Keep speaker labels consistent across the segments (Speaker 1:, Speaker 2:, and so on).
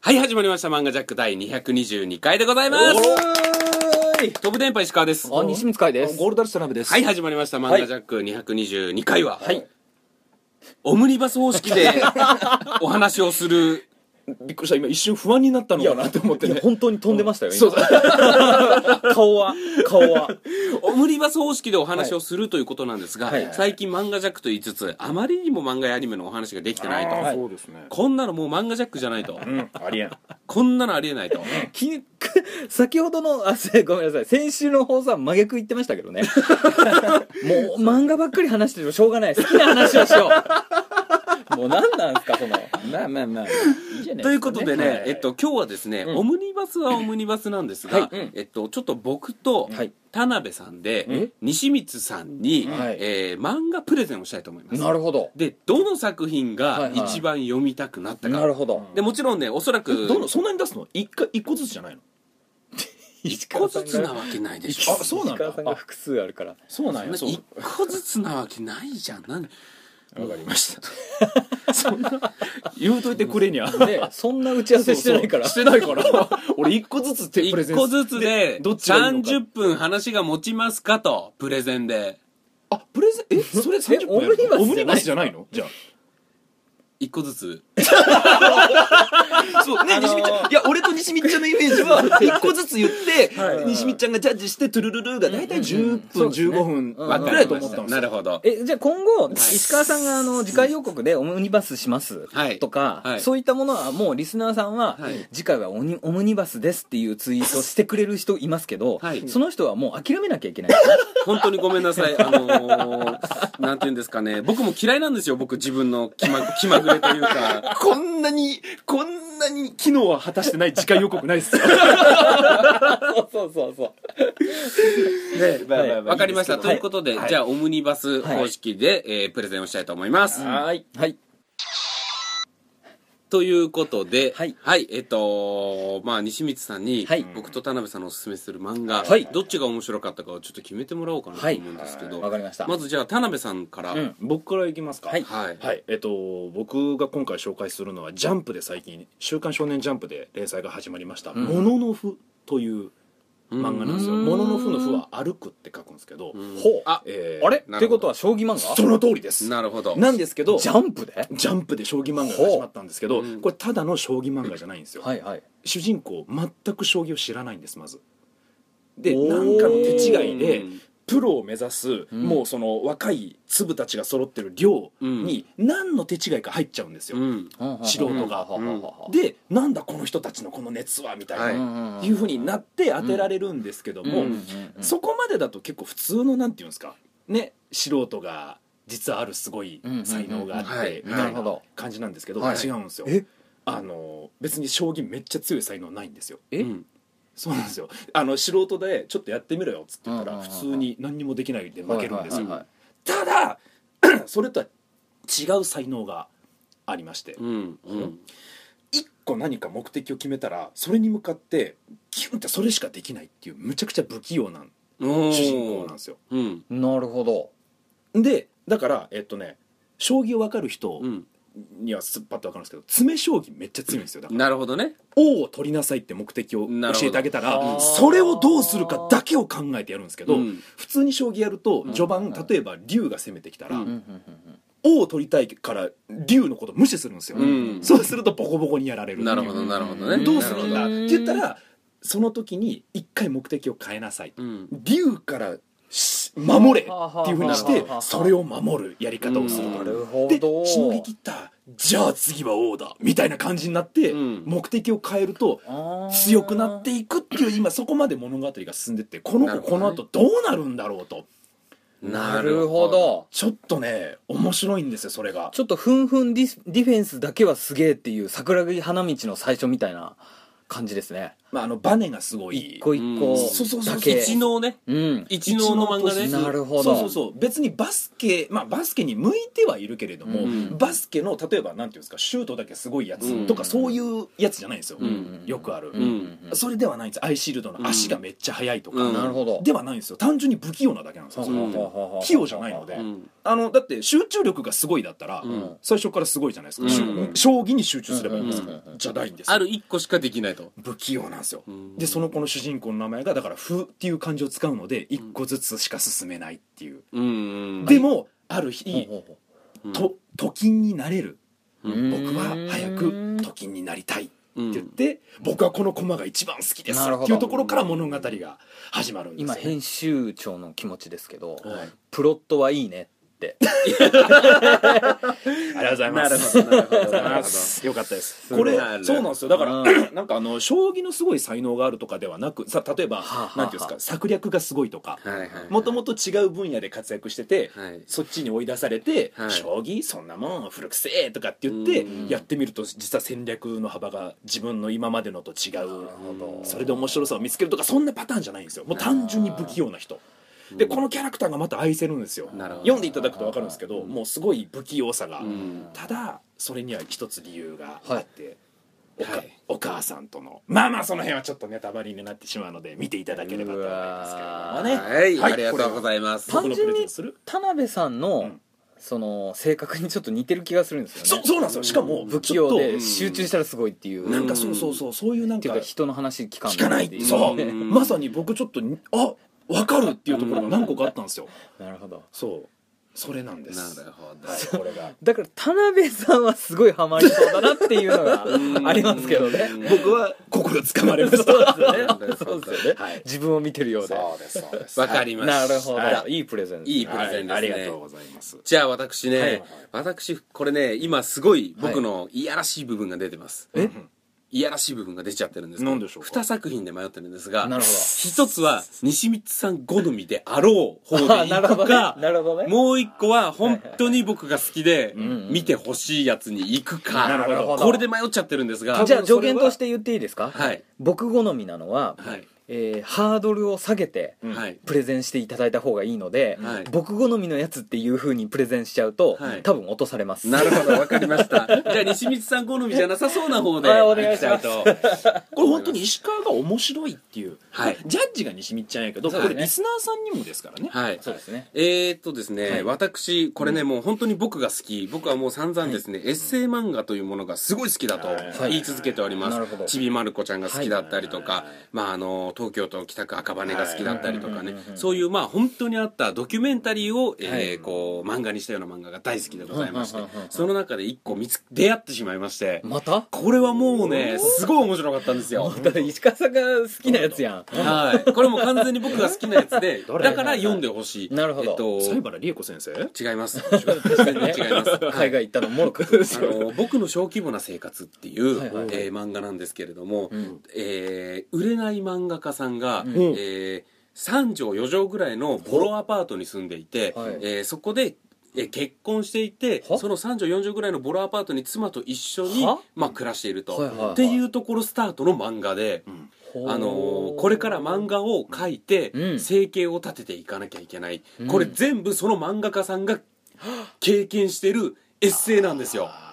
Speaker 1: はい、始まりました。漫画ジャック第222回でございます。特電波石川です。
Speaker 2: あ
Speaker 1: は
Speaker 2: 西光です
Speaker 3: ゴールドアルスラムです。
Speaker 1: い、。始まりました。漫画ジャック222回は、はい、オムニバス方式でお話をする、
Speaker 3: びっくりした。今一瞬不安になったのかなって思って
Speaker 2: いや
Speaker 3: ね。
Speaker 2: 本当に飛んでましたよ、
Speaker 3: そうだ。
Speaker 2: 今顔は顔は
Speaker 1: オムニバス方式でお話をするということなんですが、
Speaker 2: はい
Speaker 1: 最近漫画ジャックと言いつつ、あまりにも漫画やアニメのお話ができてないと。
Speaker 2: はい
Speaker 3: そうですね。
Speaker 1: こんなのもう漫画ジャックじゃないと。
Speaker 3: うん、ありえん。
Speaker 1: こんなのありえないと。
Speaker 2: き先ほどのあせごめんなさい先週の放送は真逆言ってましたけどねもう漫画ばっかり話しててもしょうがない好きな話をしようもう何なんですかそのまあまあまあいいじゃない
Speaker 1: ということでね、
Speaker 2: はいはい
Speaker 1: えっと、今日はですね、
Speaker 2: うん
Speaker 1: オムニバスはオムニバスなんですが、
Speaker 2: はいうん
Speaker 1: えっと、ちょっと僕と
Speaker 2: はい
Speaker 1: 田辺さんで、
Speaker 2: え
Speaker 1: 西光さんに、
Speaker 2: はい
Speaker 1: えー漫画プレゼンをしたいと思います。
Speaker 2: なるほど
Speaker 1: で、どの作品
Speaker 2: は
Speaker 1: が
Speaker 2: いはい
Speaker 1: 一番読みたくなったか。
Speaker 2: なるほど
Speaker 1: で、もちろんね、おそらく、
Speaker 3: どのそんなに出すの？一回一個ずつじゃないの？
Speaker 1: 一個ずつなわけないでしょ。
Speaker 3: あ、そうなん
Speaker 2: 石川
Speaker 3: だ
Speaker 2: さん。が
Speaker 3: あ、
Speaker 2: 複数あるから
Speaker 3: そうなんや。そう。
Speaker 1: 一個ずつなわけないじゃん。なん
Speaker 3: わかりました。 そんな言うといてくれにゃ。
Speaker 2: ねそんな打ち合わせしてないから
Speaker 3: そうそうしてないから。 俺一個ずつてプレゼ
Speaker 1: 一
Speaker 3: ン。
Speaker 1: 個ずつで、
Speaker 3: どっちがいいのか
Speaker 1: 30分話が持ちますかと、プレゼンで。
Speaker 3: あ、プレゼン え、それ三十分やるの。
Speaker 2: オム
Speaker 3: オム
Speaker 2: ニ
Speaker 3: ニ
Speaker 2: バ
Speaker 3: バ
Speaker 2: ス
Speaker 3: ス
Speaker 2: じ
Speaker 3: じゃないの？じゃ
Speaker 1: 一個ず つ。
Speaker 3: あ。そうね、西見ちゃん。いや、俺と西見ちゃんのイメージは一個ずつ言って
Speaker 2: はい
Speaker 3: 西見ちゃんがジャッジしてトゥルルルがだいたい十
Speaker 2: そう
Speaker 3: 分
Speaker 2: ですね
Speaker 3: 十五分
Speaker 2: うん
Speaker 3: ぐらいと思ったんです
Speaker 1: な
Speaker 3: よ。
Speaker 1: るほど。
Speaker 2: えじゃあ今後石川さんがあの次回予告で「オムニバスします
Speaker 1: はい」
Speaker 2: とか、
Speaker 1: はい
Speaker 2: そういったものはもうリスナーさんは、
Speaker 1: はい
Speaker 2: 次回はオニ「オムニバスです」っていうツイートしてくれる人いますけど、
Speaker 1: はい
Speaker 2: その人はもう諦めなきゃ いけないですね
Speaker 1: 本当にごめんなさい。あのー、 なんて言うんですかね。僕も嫌いなんですよ。僕自分の気ま 気まぐれというか。
Speaker 3: こんなに、こんなに機能は果たしてない次回予告ないっすよ。
Speaker 2: そうそうそうそう
Speaker 1: まあまあまあ わかりました。ということで、じゃ
Speaker 3: あ。
Speaker 1: あオムニバス方式で、えープレゼンをしたいと思います。
Speaker 3: はい。
Speaker 2: はい
Speaker 1: ということで、
Speaker 2: はい
Speaker 1: えっ、とまあ、西光さんに、
Speaker 2: はい
Speaker 1: 僕と田辺さんのおすすめする漫画、
Speaker 2: はい
Speaker 1: どっちが面白かったかをちょっと決めてもらおうかなと
Speaker 2: はい
Speaker 1: 思うんですけど、
Speaker 2: わかりました
Speaker 1: まずじゃあ田辺さんから、
Speaker 2: うん
Speaker 3: 僕からいきますか。
Speaker 2: はい
Speaker 1: はい。
Speaker 3: はい。えっと、僕が今回紹介するのは、ジャンプで最近、週刊少年ジャンプで連載が始まりました、
Speaker 2: ん
Speaker 3: もののふという漫画なんですよ。
Speaker 2: うん
Speaker 3: もののふのふは歩くって書くんですけど、
Speaker 1: ん
Speaker 2: ほう
Speaker 1: あ
Speaker 3: えー
Speaker 2: あれ
Speaker 1: なるほど
Speaker 2: ってことは将棋漫
Speaker 3: そ
Speaker 2: 画
Speaker 3: の通りです。
Speaker 1: なるほど。
Speaker 3: なんですけど、
Speaker 2: ジ
Speaker 3: ジ
Speaker 2: ャンプで
Speaker 3: ャンプで将棋漫画が始まったんですけど、
Speaker 1: ほううん
Speaker 3: これただの将棋漫画じゃないんですよ。
Speaker 2: はいはい
Speaker 3: 主人公全く将棋を知らないんですまずで
Speaker 2: おー
Speaker 3: 何かの手違いで
Speaker 1: うん
Speaker 3: プロを目指す、
Speaker 2: ん
Speaker 3: もうその若い粒たちが揃ってる寮に何の手違いか入っちゃうんですよ、
Speaker 1: うん。
Speaker 3: 素人が
Speaker 2: うんうんうん
Speaker 3: でなんだこの人たちのこの熱はみたいな、
Speaker 1: はい
Speaker 3: い、
Speaker 2: んん
Speaker 3: うふうになって当てられるんですけど
Speaker 1: うん
Speaker 2: う
Speaker 3: も、
Speaker 2: んうんうん
Speaker 3: そこまでだと結構普通のなんていうんですかね素人が実はあるすごい才能が
Speaker 1: う
Speaker 3: あ
Speaker 1: んうんうん
Speaker 3: っ
Speaker 1: はい
Speaker 3: てみたい
Speaker 2: なるほ
Speaker 3: な
Speaker 2: ど
Speaker 3: 感じなんですけど、
Speaker 2: はい
Speaker 3: 違うんですよ
Speaker 2: え
Speaker 3: あの別に将棋めっちゃ強い才能ないんですよ
Speaker 2: え
Speaker 1: うん
Speaker 3: そうなんですよあの素人でちょっとやってみろよっつって言った
Speaker 2: うんう
Speaker 3: ら
Speaker 2: んう
Speaker 3: 普
Speaker 2: ん
Speaker 3: 通に何にもできないで負けるんです
Speaker 2: はい
Speaker 3: よ
Speaker 2: はいはい
Speaker 3: ただ それとは違う才能がありまして
Speaker 1: うん。うん。
Speaker 3: 一個何か目的を決めたらそれに向かってキュンってそれしかできないっていうむちゃくちゃ不器用な
Speaker 1: おー
Speaker 3: 主人公なんですよ
Speaker 1: うん。
Speaker 2: なるほど
Speaker 3: でだからえっとね将棋を分かる人
Speaker 1: うん。
Speaker 3: にはすっぱっと分かるんですけど詰将棋めっちゃ強いんですよだから
Speaker 1: なるほどね。
Speaker 3: 王を取りなさいって目的を
Speaker 1: なるほど
Speaker 3: 教えてあげた
Speaker 2: は
Speaker 3: ら
Speaker 2: あ
Speaker 3: それをどうするかだけを考えてやるんですけど、
Speaker 1: うん
Speaker 3: 普通に将棋やると序
Speaker 2: うん
Speaker 3: 盤
Speaker 2: うん
Speaker 3: 例えば竜が攻めてきたら、
Speaker 1: うん
Speaker 2: うんうんうん
Speaker 3: 王を取りたいから竜のこと無視するんですよ、
Speaker 1: うん
Speaker 3: そうするとボコボコにやられるってい
Speaker 1: な
Speaker 3: う
Speaker 1: るほど、なるほどね。
Speaker 3: どうするん
Speaker 1: なほ
Speaker 3: だっ
Speaker 1: ど
Speaker 3: て言ったらその時に一回目的を変えなさい、
Speaker 1: うん。
Speaker 3: 竜からし守れ
Speaker 2: はあはあはあはあ
Speaker 3: っていうふうにしてそれを守るやり方をすると
Speaker 1: うん
Speaker 2: なるほ
Speaker 3: で
Speaker 2: ど
Speaker 3: しのぎ切ったじゃあ次は王だみたいな感じになって
Speaker 1: うん
Speaker 3: 目的を変えると
Speaker 2: あー
Speaker 3: 強くなっていくっていう今そこまで物語が進んでってこの
Speaker 1: なる
Speaker 3: 子
Speaker 1: ほど
Speaker 3: この
Speaker 1: ね
Speaker 3: 後どうなるんだろうと
Speaker 2: なるほ。ど
Speaker 3: ちょっとね面白いんですよそれが
Speaker 2: ちょっとふんふんディスディフェンスだけはすげえっていう桜木花道の最初みたいな感じですね
Speaker 3: まあ、あのバネがすごい
Speaker 2: 一個一
Speaker 1: う
Speaker 2: 個
Speaker 1: ん
Speaker 3: そうそうそう
Speaker 2: だけ
Speaker 1: 一能ね
Speaker 2: うん
Speaker 1: 一能の漫画
Speaker 3: 一
Speaker 1: ね
Speaker 3: 能と
Speaker 2: なるほど
Speaker 3: そうそうそう別にバスケまあバスケに向いてはいるけれども、
Speaker 1: うん
Speaker 3: バスケの例えばなんていうんですかシュートだけすごいや
Speaker 1: う
Speaker 3: つ
Speaker 1: ん
Speaker 3: とか、そういうやつじゃないんですよ、
Speaker 1: うん
Speaker 3: よくある、
Speaker 2: うんうん
Speaker 3: それではないんですアイシールドの足がめっちゃ速いとか、
Speaker 1: うん
Speaker 2: なるほど
Speaker 3: ではないんですよ単純に不器用なだけなんですよ、
Speaker 1: うん
Speaker 3: 器用じゃないので
Speaker 1: うん
Speaker 3: あのだって集中力がすごいだったら、
Speaker 1: うん
Speaker 3: 最初からすごいじゃないですか、
Speaker 1: うん
Speaker 3: しょ将棋に集中すればいいんですか、
Speaker 2: うん
Speaker 3: じゃないんですよ
Speaker 1: ある一個しかできないと
Speaker 3: 不器用なんですよ、
Speaker 1: うん
Speaker 3: でその子の主人公の名前がだから「不」っていう漢字を使うので一個ずつしか進めないっていう、
Speaker 1: うん
Speaker 3: でもある
Speaker 2: いい
Speaker 3: 日、と「と金になれる
Speaker 1: うん
Speaker 3: 僕は早くと金になりたい」
Speaker 1: うん
Speaker 3: って言って、僕はこの駒が一番好きです
Speaker 2: なるほど
Speaker 3: っていうところから物語が始まるんですよ
Speaker 2: 今編集長の気持ちですけど、
Speaker 3: はい
Speaker 2: プロットはいいねって
Speaker 3: ありがとうござい
Speaker 1: な
Speaker 3: ま
Speaker 1: る
Speaker 3: す
Speaker 1: ほどなるほど
Speaker 3: ありがとうござい
Speaker 1: なる
Speaker 3: ま
Speaker 1: ほど
Speaker 3: すよかったです
Speaker 1: す
Speaker 3: こ
Speaker 1: ごい
Speaker 3: れそうなんですよだから、
Speaker 2: う
Speaker 3: なんかあの将棋のすごい才能があるとかではなくさ例えば、
Speaker 2: はあはあ
Speaker 3: なんていうんですか策略がすごいとか、
Speaker 1: はいはい
Speaker 3: もともと違う分野で活躍してて、
Speaker 1: はい
Speaker 3: そっちに追い出されて「
Speaker 1: はい
Speaker 3: 将棋そんなもん古くせえ」とかって言って
Speaker 1: うん
Speaker 3: やってみると実は戦略の幅が自分の今までのと違う
Speaker 1: ほど
Speaker 3: それで面白さを見つけるとかそんなパターンじゃないんですよもう単純に不器用な人でこのキャラクターがまた愛せるんですよ
Speaker 1: なるほど
Speaker 3: 読んでいただくと分かるんですけどもうすごい不器用さが
Speaker 1: うん
Speaker 3: ただそれには一つ理由があって。おか
Speaker 1: はい
Speaker 3: お母さんとのまあまあその辺はちょっとネタバレになってしまうので見ていただければと思いますけれどもね
Speaker 1: はい
Speaker 3: はい
Speaker 1: ありがとうございます
Speaker 3: これ
Speaker 2: 単
Speaker 3: は
Speaker 2: 純に
Speaker 3: 僕のプレゼンする
Speaker 2: 田辺さんの、
Speaker 3: うん
Speaker 2: その性格にちょっと似てる気がするんですよね
Speaker 3: そうそうなんですよしかも
Speaker 2: 不器
Speaker 3: ちょっ
Speaker 2: 用
Speaker 3: と
Speaker 2: で集中したらすごいっていう、
Speaker 3: な
Speaker 2: っ
Speaker 3: んかそうそうそうそういうなん
Speaker 2: てい
Speaker 3: か
Speaker 2: うか人の話聞かない
Speaker 3: 聞かない
Speaker 2: っていう
Speaker 3: そう
Speaker 1: うん
Speaker 3: まさに僕ちょっとにあ分かるっていうところが何個かあったんですよ
Speaker 2: なるほど
Speaker 3: そうそれなんです
Speaker 1: なるほど
Speaker 3: はいこれが
Speaker 2: だから田辺さんはすごいハマりそうだなっていうの
Speaker 1: うん
Speaker 2: がありますけどね
Speaker 1: うん
Speaker 3: 僕は心掴まれまし
Speaker 2: そうで
Speaker 3: た
Speaker 2: すよね
Speaker 1: な るほど
Speaker 2: そうですよね、
Speaker 3: はい
Speaker 2: 自分を見てるようで
Speaker 3: そうですそうです
Speaker 1: わかりました
Speaker 2: なるほど、、
Speaker 1: はい
Speaker 2: いプレゼント
Speaker 1: いいプレゼンですね
Speaker 3: はいありがとうございます
Speaker 1: じゃあ私ね、
Speaker 3: はい
Speaker 1: 私これね今すごい僕のいやらしい部分が出てます、
Speaker 2: え
Speaker 1: いやらしい部分が出ちゃってるんですけど
Speaker 3: なんでしょうか
Speaker 1: 2作品で迷ってるんですが
Speaker 2: なるほど
Speaker 1: 一つは西光さん好みであろう方で
Speaker 2: あなる
Speaker 1: 行
Speaker 2: ほ
Speaker 1: く
Speaker 2: ど
Speaker 1: か
Speaker 2: ねなるほど ね
Speaker 1: もう一個は本当に僕が好きで
Speaker 2: んうん
Speaker 1: 見てほしいやつに行くか
Speaker 3: なる
Speaker 2: ど
Speaker 3: ほ
Speaker 1: これで迷っちゃってるんですが
Speaker 2: じゃあ助言として言っていいですか、
Speaker 1: はい
Speaker 2: 僕好みなのは、
Speaker 1: はい
Speaker 2: えーハードルを下げて
Speaker 3: うん
Speaker 1: はい
Speaker 2: プレゼンしていただいた方がいいので、
Speaker 1: はい
Speaker 2: 僕好みのやつっていう風にプレゼンしちゃうと、
Speaker 1: はい
Speaker 2: 多分落とされます
Speaker 1: なるほどわかりましたじゃあ西光さん好みじゃなさそうな方で
Speaker 2: はいお
Speaker 1: 行
Speaker 2: 願い
Speaker 1: き
Speaker 2: したま
Speaker 1: い
Speaker 2: す
Speaker 1: と
Speaker 3: これ本当に石川が面白いっていう
Speaker 1: はい
Speaker 3: ジャッジが西光ちゃんやけど
Speaker 2: そ
Speaker 3: こ
Speaker 2: うですね
Speaker 3: れリスナーさんにもですからね
Speaker 1: はい
Speaker 2: そうですね
Speaker 1: えー、っとですね、
Speaker 2: はい
Speaker 1: 私、これね、もう本当に僕が好き、僕はもう散々ですね、エッセイ漫画というものがすごい好きだと
Speaker 3: はい
Speaker 1: 言い続けております。
Speaker 2: なるほど
Speaker 1: ちびまる子ちゃんが好きだったりとか、
Speaker 3: はい
Speaker 1: まああの、東京都北区赤羽が好きだったりとかね
Speaker 2: はいうんうんう、ん
Speaker 1: そういうまあ本当にあったドキュメンタリーを、えー
Speaker 2: はい
Speaker 1: こう、漫画にしたような漫画が大好きでございまして
Speaker 2: うんうんうんうん、
Speaker 1: その中で一個見つ、出会ってしまいまして、
Speaker 2: また
Speaker 1: これはもうね、すごい面白かったん ですよ。
Speaker 2: だから石川さんが好きなやつやん
Speaker 1: はい。これも完全に僕が好きなやつ で、
Speaker 3: どれ
Speaker 1: だから読んでほしい。
Speaker 2: なるほど
Speaker 1: えっと
Speaker 3: 西原理恵子先生
Speaker 1: 違い ます。
Speaker 2: にね
Speaker 1: 違います。は
Speaker 2: 海
Speaker 1: い
Speaker 2: 外行ったのもろく
Speaker 1: あの僕の小規模な生活っていう、
Speaker 2: はいはいはい
Speaker 1: えー漫画なんですけれども、
Speaker 2: ん
Speaker 1: えー売れない漫画家さんが、
Speaker 2: ん
Speaker 1: え3畳4畳ぐらいのボロアパートに住んでいて、
Speaker 2: はい
Speaker 1: えーそこで、えー結婚していて
Speaker 2: は
Speaker 1: その3畳4畳ぐらいのボロアパートに妻と一緒に
Speaker 2: は、
Speaker 1: まあ、暮らしていると、
Speaker 2: はいはいはい
Speaker 1: っていうところスタートの漫画で、あのーこれから漫画を描いて
Speaker 2: うん
Speaker 1: 生計を立てていかなきゃいけない、
Speaker 2: うん
Speaker 1: これ全部その漫画家さんが経験してるエッセイなんですよ
Speaker 3: あー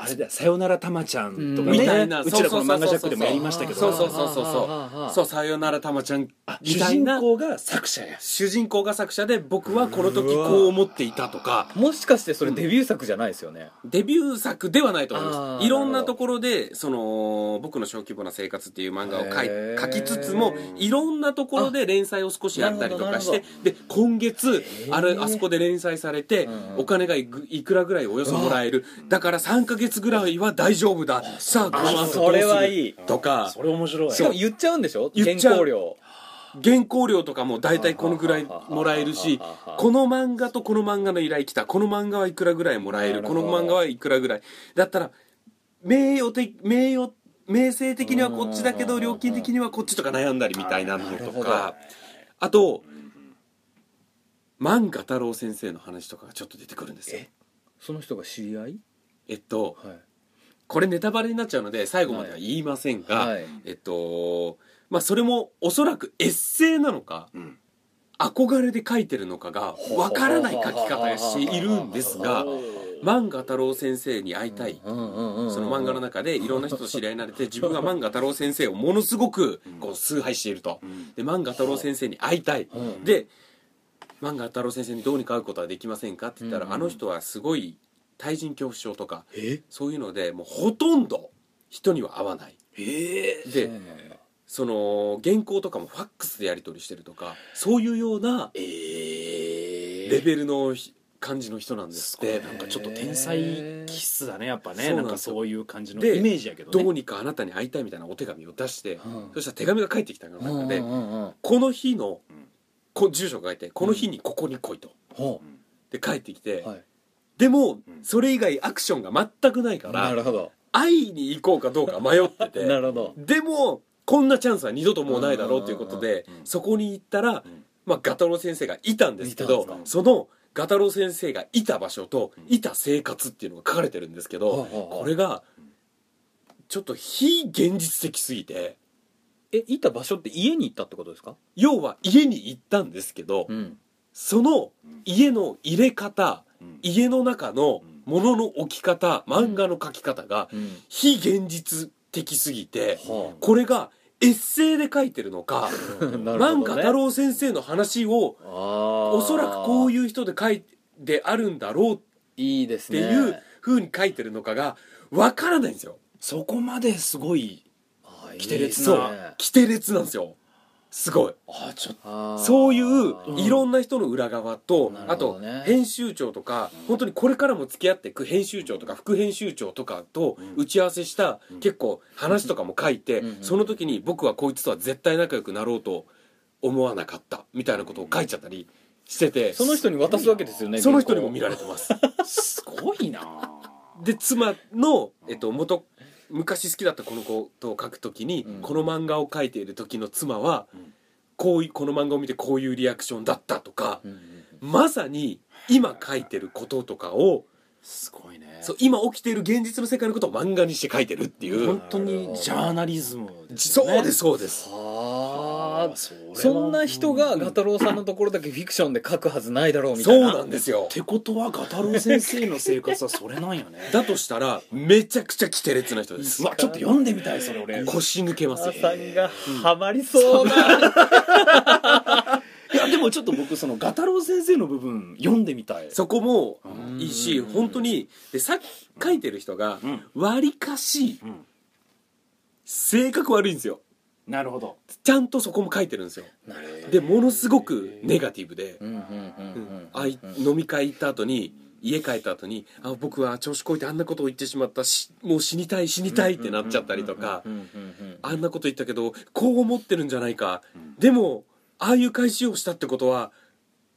Speaker 3: あれだよ「さよならたまちゃん」とか
Speaker 2: うん
Speaker 3: ね
Speaker 1: みたいな、
Speaker 3: うちらこの漫画ジャックでもやりましたけど
Speaker 1: そうそうそうそう
Speaker 2: はあはあはあ
Speaker 1: そう
Speaker 2: はあ
Speaker 1: そうさよならたまちゃんみ
Speaker 3: 主
Speaker 1: たい
Speaker 3: 人
Speaker 1: な
Speaker 3: 公が作者や
Speaker 1: 主人公が作者で僕はこの時こう思っていたとか
Speaker 2: もしかしてそれデビュー作じゃないですよね、
Speaker 1: デビュー作ではないと思い
Speaker 2: あ
Speaker 1: ま
Speaker 2: ー
Speaker 1: すいろんなところでその僕の小規模な生活っていう漫画を書い
Speaker 2: へー
Speaker 1: 書きつつもいろんなところで連載を少しやったりとかし
Speaker 2: な
Speaker 1: て
Speaker 2: る
Speaker 1: で今月
Speaker 2: へー
Speaker 1: あれあそこで連載されて
Speaker 2: うんうん
Speaker 1: お金がいくいくらぐらいおよそもらえるだから3ヶ月ぐらいは大丈夫ださあこの後ど
Speaker 2: そうれ
Speaker 1: す
Speaker 2: はい
Speaker 1: る
Speaker 2: い
Speaker 1: とか
Speaker 3: それ面白い
Speaker 2: しかも言っちゃうんでしょ
Speaker 1: 言っちゃう
Speaker 2: 原稿料
Speaker 1: 原稿料とかも大体このぐらいもらえるしこの漫画とこの漫画の依頼来たこの漫画はいくらぐらいもらえる
Speaker 2: なる
Speaker 1: こ
Speaker 2: ほど
Speaker 1: の漫画はいくらぐらいだったら名誉的名誉名声的にはこっちだけ
Speaker 2: う
Speaker 1: ど
Speaker 2: ん
Speaker 1: 料金的にはこっちとか悩んだりみたいなの
Speaker 2: なる
Speaker 1: と
Speaker 2: ほど
Speaker 1: かあと万賀太郎先生の話とかがちょっと出てくるんですよ
Speaker 2: えその人が知り合い
Speaker 1: えっと
Speaker 2: はい
Speaker 1: これネタバレになっちゃうので最後までは言いませんが、
Speaker 2: はい
Speaker 1: えっとまあそれもおそらくエッセイなのか
Speaker 3: うん
Speaker 1: 憧れで書いてるのかがわからない書き方をしているんですが漫画太郎先生に会いたい
Speaker 2: そ
Speaker 1: そ
Speaker 2: の
Speaker 1: の漫画の中でいろんな人と知り合いになれて自分は漫画太郎先生をものすごくこう崇拝していると
Speaker 3: うん
Speaker 1: で漫画太郎先生に会いたい
Speaker 2: うん
Speaker 1: で漫画太郎先生にどうにか会うことはできませんかって言った
Speaker 2: う
Speaker 1: ら
Speaker 2: ん
Speaker 1: あの人はすごい対人恐怖症とか
Speaker 3: え
Speaker 1: そういうのでもうほとんど人には会わない
Speaker 3: え
Speaker 1: でその原稿とかもファックスでやり取りしてるとかそういうような
Speaker 3: ええ
Speaker 1: レベルのひ感じの人なんですっ
Speaker 3: で
Speaker 1: て
Speaker 3: なんかちょっと天才気質だねやっぱね
Speaker 1: そう
Speaker 3: な
Speaker 1: なん
Speaker 3: ん
Speaker 1: で
Speaker 3: か
Speaker 1: すよ
Speaker 3: そういう感じの
Speaker 1: で
Speaker 3: イメージやけどね
Speaker 1: どうにかあなたに会いたいみたいなお手紙を出して
Speaker 2: うん
Speaker 1: そしたら手紙が返ってきたの中で
Speaker 2: うん
Speaker 1: この日の
Speaker 3: うん
Speaker 1: こ住所が書いてこの日にここに来いと
Speaker 2: ほ
Speaker 1: で帰ってきて
Speaker 2: うはい
Speaker 1: でも
Speaker 3: うん
Speaker 1: それ以外アクションが全くないか
Speaker 2: な
Speaker 1: ら
Speaker 2: るほど
Speaker 1: 会いに行こうかどうか迷ってて
Speaker 2: なるほど
Speaker 1: でもこんなチャンスは二度ともうないだろうということで
Speaker 3: うんうんうん
Speaker 1: そこに行ったら
Speaker 3: うん
Speaker 1: まあ、ガタロウ先生がいたんですけど
Speaker 2: いた
Speaker 3: んです
Speaker 1: そのガタロウ先生がいた場所と
Speaker 3: うん
Speaker 1: いた生活っていうのが書かれてるんですけど、こ
Speaker 2: こ
Speaker 1: れが
Speaker 3: うん
Speaker 1: ちょっと非現実的すぎて
Speaker 2: えいた場所って家に行ったってことですか
Speaker 1: 要は家に行ったんですけど、
Speaker 2: ん
Speaker 1: その家の入れ方
Speaker 3: うん
Speaker 1: 家の中の
Speaker 3: うん
Speaker 1: ものの置き方漫画の書き方が
Speaker 2: うん
Speaker 1: 非現実的すぎて
Speaker 2: は
Speaker 1: これがエッセイで書いてるのか
Speaker 2: なるほど
Speaker 1: 漫
Speaker 2: ね
Speaker 1: 画太郎先生の話を
Speaker 2: ああ
Speaker 1: おそらくこう
Speaker 2: いう
Speaker 1: いう人で書いてあるんだろうっ
Speaker 2: いいです
Speaker 1: て
Speaker 2: ね
Speaker 1: いう風に書いてるのかがわからないんですよ
Speaker 3: そこまですごい
Speaker 2: あー
Speaker 3: キテレツ
Speaker 2: いい
Speaker 3: な
Speaker 1: そ
Speaker 2: で
Speaker 1: う
Speaker 2: すね
Speaker 1: 規定列なんですよすごい
Speaker 3: あちょっ
Speaker 2: あー
Speaker 1: そういう
Speaker 2: うん
Speaker 1: いろんな人の裏側と、
Speaker 2: な
Speaker 1: あ
Speaker 2: るほ
Speaker 1: と
Speaker 2: どね
Speaker 1: 編集長とか本当にこれからも付き合っていく編集長とか副編集長とかと
Speaker 3: うん
Speaker 1: 打ち合わせした
Speaker 3: うん
Speaker 1: 結構話とかも書いて
Speaker 2: うん
Speaker 1: その時に僕はこいつとは絶対仲良くなろうと思わなかったみたいなことを書いちゃったりしてて
Speaker 2: その人に渡すわけですよね
Speaker 1: その人にも見
Speaker 2: 見
Speaker 1: られてます
Speaker 3: とすごいな
Speaker 1: で妻の、えっと、元昔好きだったこの子と書くときに、
Speaker 2: うん
Speaker 1: この漫画を書いている時の妻は、
Speaker 3: うん
Speaker 1: こういうこの漫画を見てこういうリアクションだったとか、
Speaker 2: うんうん
Speaker 1: まさに今書いてることとかを
Speaker 3: すごいね
Speaker 1: そう今起きている現実の世界のことを漫画にして書いてるっていう、
Speaker 3: 本当にジャーナリズムです
Speaker 1: そ
Speaker 3: よね
Speaker 1: うですそうです
Speaker 2: はあ
Speaker 3: それは
Speaker 2: そんな人がガタロウさんのところだけフィクションで書くはずないだろうみた
Speaker 1: そ
Speaker 2: いうな
Speaker 1: なんですよ
Speaker 3: ってことはガタロウ先生の生活はそれなんよ ね
Speaker 1: だとしたらめちゃくちゃキテレツな人です
Speaker 3: うわちょっと読んでみたいそれ俺
Speaker 1: 腰抜けますよ
Speaker 2: お母さんがハマりそうな、
Speaker 3: いやでもちょっと僕そのガタロウ先生の部分読んでみたい
Speaker 1: そこも
Speaker 3: うん
Speaker 1: いいし
Speaker 2: うん
Speaker 1: 本当にでさ書いてる人が
Speaker 3: うん
Speaker 1: わりかし
Speaker 3: うん
Speaker 1: 性格悪いんですよ
Speaker 3: なるほど
Speaker 1: ちゃんとそこも書いてるんですよ
Speaker 2: なる
Speaker 1: でものすごくネガティブで、
Speaker 2: うんうんうんう
Speaker 1: うん
Speaker 2: ん
Speaker 1: あい飲み会行った後に家帰った後にあ僕は調子こいてあんなことを言ってしまったしもう死にたい死にたいってなっちゃったりとか
Speaker 2: うんうんうん
Speaker 1: あんなこと言ったけどこう思ってるんじゃないか
Speaker 3: うん
Speaker 1: でもああいう返しをしたってことは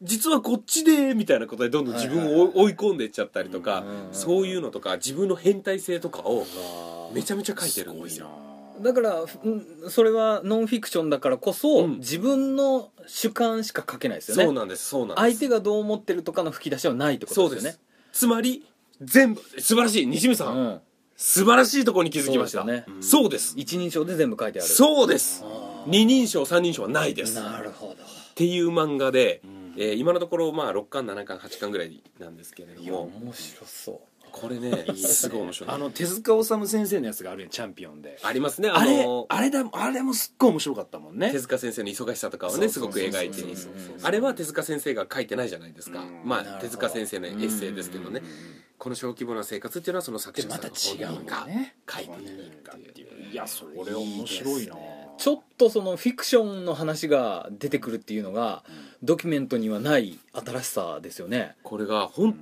Speaker 1: 実はこっちでみたいなことでどんどん自分を追い追い込んでいっちゃったりとか
Speaker 2: うんうんうん
Speaker 1: そういうのとか自分の変態性とかをめちゃめちゃ書いてるんです
Speaker 3: すごい
Speaker 1: よ。
Speaker 3: な
Speaker 2: だからうんそれはノンフィクションだからこそ、
Speaker 1: うん
Speaker 2: 自分の主観しか書けないですよね
Speaker 1: そうなんですそうなんで
Speaker 2: 相
Speaker 1: す
Speaker 2: 手がどう思ってるとかの吹き出しはないってこと
Speaker 1: そう
Speaker 2: で
Speaker 1: です
Speaker 2: よね
Speaker 1: すつまり全部素晴らしい西村さん、
Speaker 2: うん
Speaker 1: 素晴らしいところに気づきました
Speaker 2: そうですよ
Speaker 3: ね
Speaker 1: そうです
Speaker 2: 一人称で全部書いてある
Speaker 1: そうです
Speaker 2: あー
Speaker 1: 二人称三人称はないですっ
Speaker 2: なるほど
Speaker 1: ていう漫画で、
Speaker 3: うん
Speaker 1: えー今のところまあ6巻7巻8巻ぐらいなんですけれど
Speaker 2: いや
Speaker 1: も
Speaker 2: 面白そ
Speaker 1: これね
Speaker 3: いいですね
Speaker 1: す ごい面白い
Speaker 3: あの手塚治虫先生のやつがあるやんチャンピオンで
Speaker 1: ありますねあ
Speaker 3: あれ
Speaker 1: の
Speaker 3: あれだあれもすっごい面白かったもんね
Speaker 1: 手塚先生の忙しさとかをねす
Speaker 3: そう
Speaker 1: ご
Speaker 3: そう
Speaker 1: く
Speaker 3: そうそう
Speaker 1: 描いて
Speaker 2: そうそう
Speaker 1: あれは手塚先生が書いてないじゃないですか
Speaker 3: うん
Speaker 1: ま
Speaker 2: なる
Speaker 1: あ
Speaker 2: ほど
Speaker 1: 手塚先生のエッセイですけどね
Speaker 3: うんうん
Speaker 1: この小規模な生活っていうのはその作
Speaker 3: で
Speaker 1: 者
Speaker 3: ま
Speaker 1: さん
Speaker 3: た
Speaker 1: の
Speaker 3: 違
Speaker 1: 本
Speaker 3: うん
Speaker 1: 人が
Speaker 3: だね
Speaker 1: 書いていいかっていう
Speaker 3: いやそれ面白いな
Speaker 2: うちょっとそのフィクションの話が出てくるっていうのがドキュメントにはない新しさですよね
Speaker 1: これが本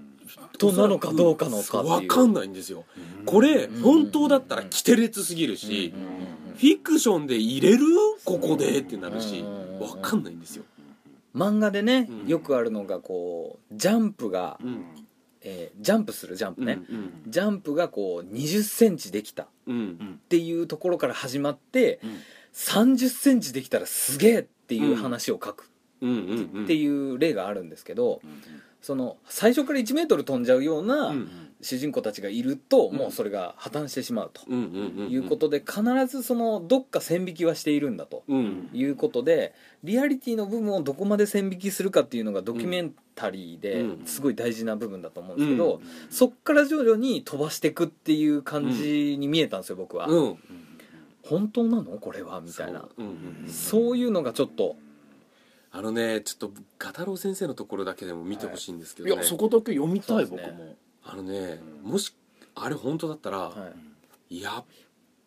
Speaker 2: となのかどうかのかってい
Speaker 1: 分
Speaker 2: う
Speaker 1: かんないんですよ
Speaker 3: うん
Speaker 1: これ
Speaker 2: うん
Speaker 1: 本当だったらキテレツすぎるし
Speaker 2: うんうんうん
Speaker 1: フィクションで入れるここでってなるし
Speaker 2: うん
Speaker 1: 分かんないんですよ、
Speaker 2: 漫画でね、
Speaker 1: うん
Speaker 2: よくあるのがこうジャンプが、
Speaker 1: うん
Speaker 2: えージャンプするジャンプね、
Speaker 1: うん
Speaker 2: ジャンプがこう2 0ンチできたっ
Speaker 1: うん
Speaker 2: ていうところから始まって
Speaker 3: うん
Speaker 2: 3 0ンチできたらすげえっていう話を書く
Speaker 1: うんうんうん
Speaker 2: っていう例があるんですけど、
Speaker 3: うん
Speaker 2: その最初から1メートル飛んじゃうような、
Speaker 1: うん
Speaker 3: うん
Speaker 2: 主人公たちがいると
Speaker 1: うん
Speaker 2: もうそれが破綻してしまうと
Speaker 1: うんうんうんうん
Speaker 2: いうことで必ずそのどっか線引きはしているんだと
Speaker 1: うん
Speaker 2: いうことでリアリティの部分をどこまで線引きするかっていうのがドキュメンタリー
Speaker 1: うん
Speaker 2: ですごい大事な部分だと思うんですけ
Speaker 1: う
Speaker 2: どそっから徐々に飛ばしてくっていう感じに見えたんですよ僕は
Speaker 1: うん
Speaker 2: 本当なのこれはみたいな
Speaker 1: そう,、うんうんうん、
Speaker 2: そういうのがちょっと
Speaker 1: あのねちょっとガタロウ先生のところだけでも見てほしいんですけ
Speaker 3: い
Speaker 1: どね、
Speaker 3: やそこだけ読みたい、
Speaker 2: そう
Speaker 3: 僕
Speaker 2: ですね
Speaker 3: も
Speaker 1: あのね
Speaker 3: うん
Speaker 1: もしあれ本当だったら、
Speaker 2: はい
Speaker 1: やっ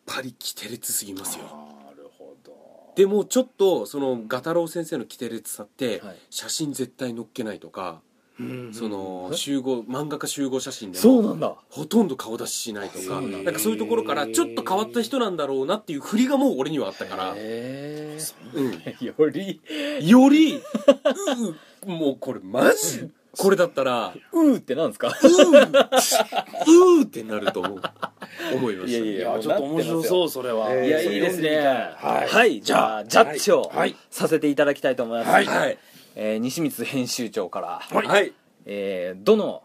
Speaker 1: ぱりキテレツすぎますよ
Speaker 3: なるほど
Speaker 1: でもちょっとそのガタロウ先生のキテレツさって、
Speaker 2: はい
Speaker 1: 写真絶対載っけないとか、
Speaker 3: うん
Speaker 1: その
Speaker 2: え
Speaker 1: 集合漫画家集合写真で
Speaker 2: そう
Speaker 1: も
Speaker 2: なんだ
Speaker 1: ほとんど顔出ししないと
Speaker 2: そ
Speaker 1: か
Speaker 2: う
Speaker 1: な
Speaker 2: なんだ
Speaker 1: んかそういうところからちょっと変わった人なんだろうなっていう振りがもう俺にはあったから、
Speaker 2: へー
Speaker 1: うん、
Speaker 2: より
Speaker 1: よりううもうこれマジこれだったら
Speaker 2: 「う」ってなんですか
Speaker 1: うううーってなると思う思いました
Speaker 2: いやい
Speaker 3: い
Speaker 2: や
Speaker 3: やちょっと面白そうそれは、
Speaker 2: いや
Speaker 3: そ
Speaker 2: い
Speaker 3: れ
Speaker 2: いですね
Speaker 3: 読ん
Speaker 2: は
Speaker 3: で
Speaker 2: い、
Speaker 3: みたいはい、
Speaker 2: じゃあジャッジを
Speaker 3: はい
Speaker 2: させていただきたいと思います、
Speaker 3: はい
Speaker 1: はい
Speaker 2: えー西光編集長から、
Speaker 1: はい、はい、
Speaker 2: えーどの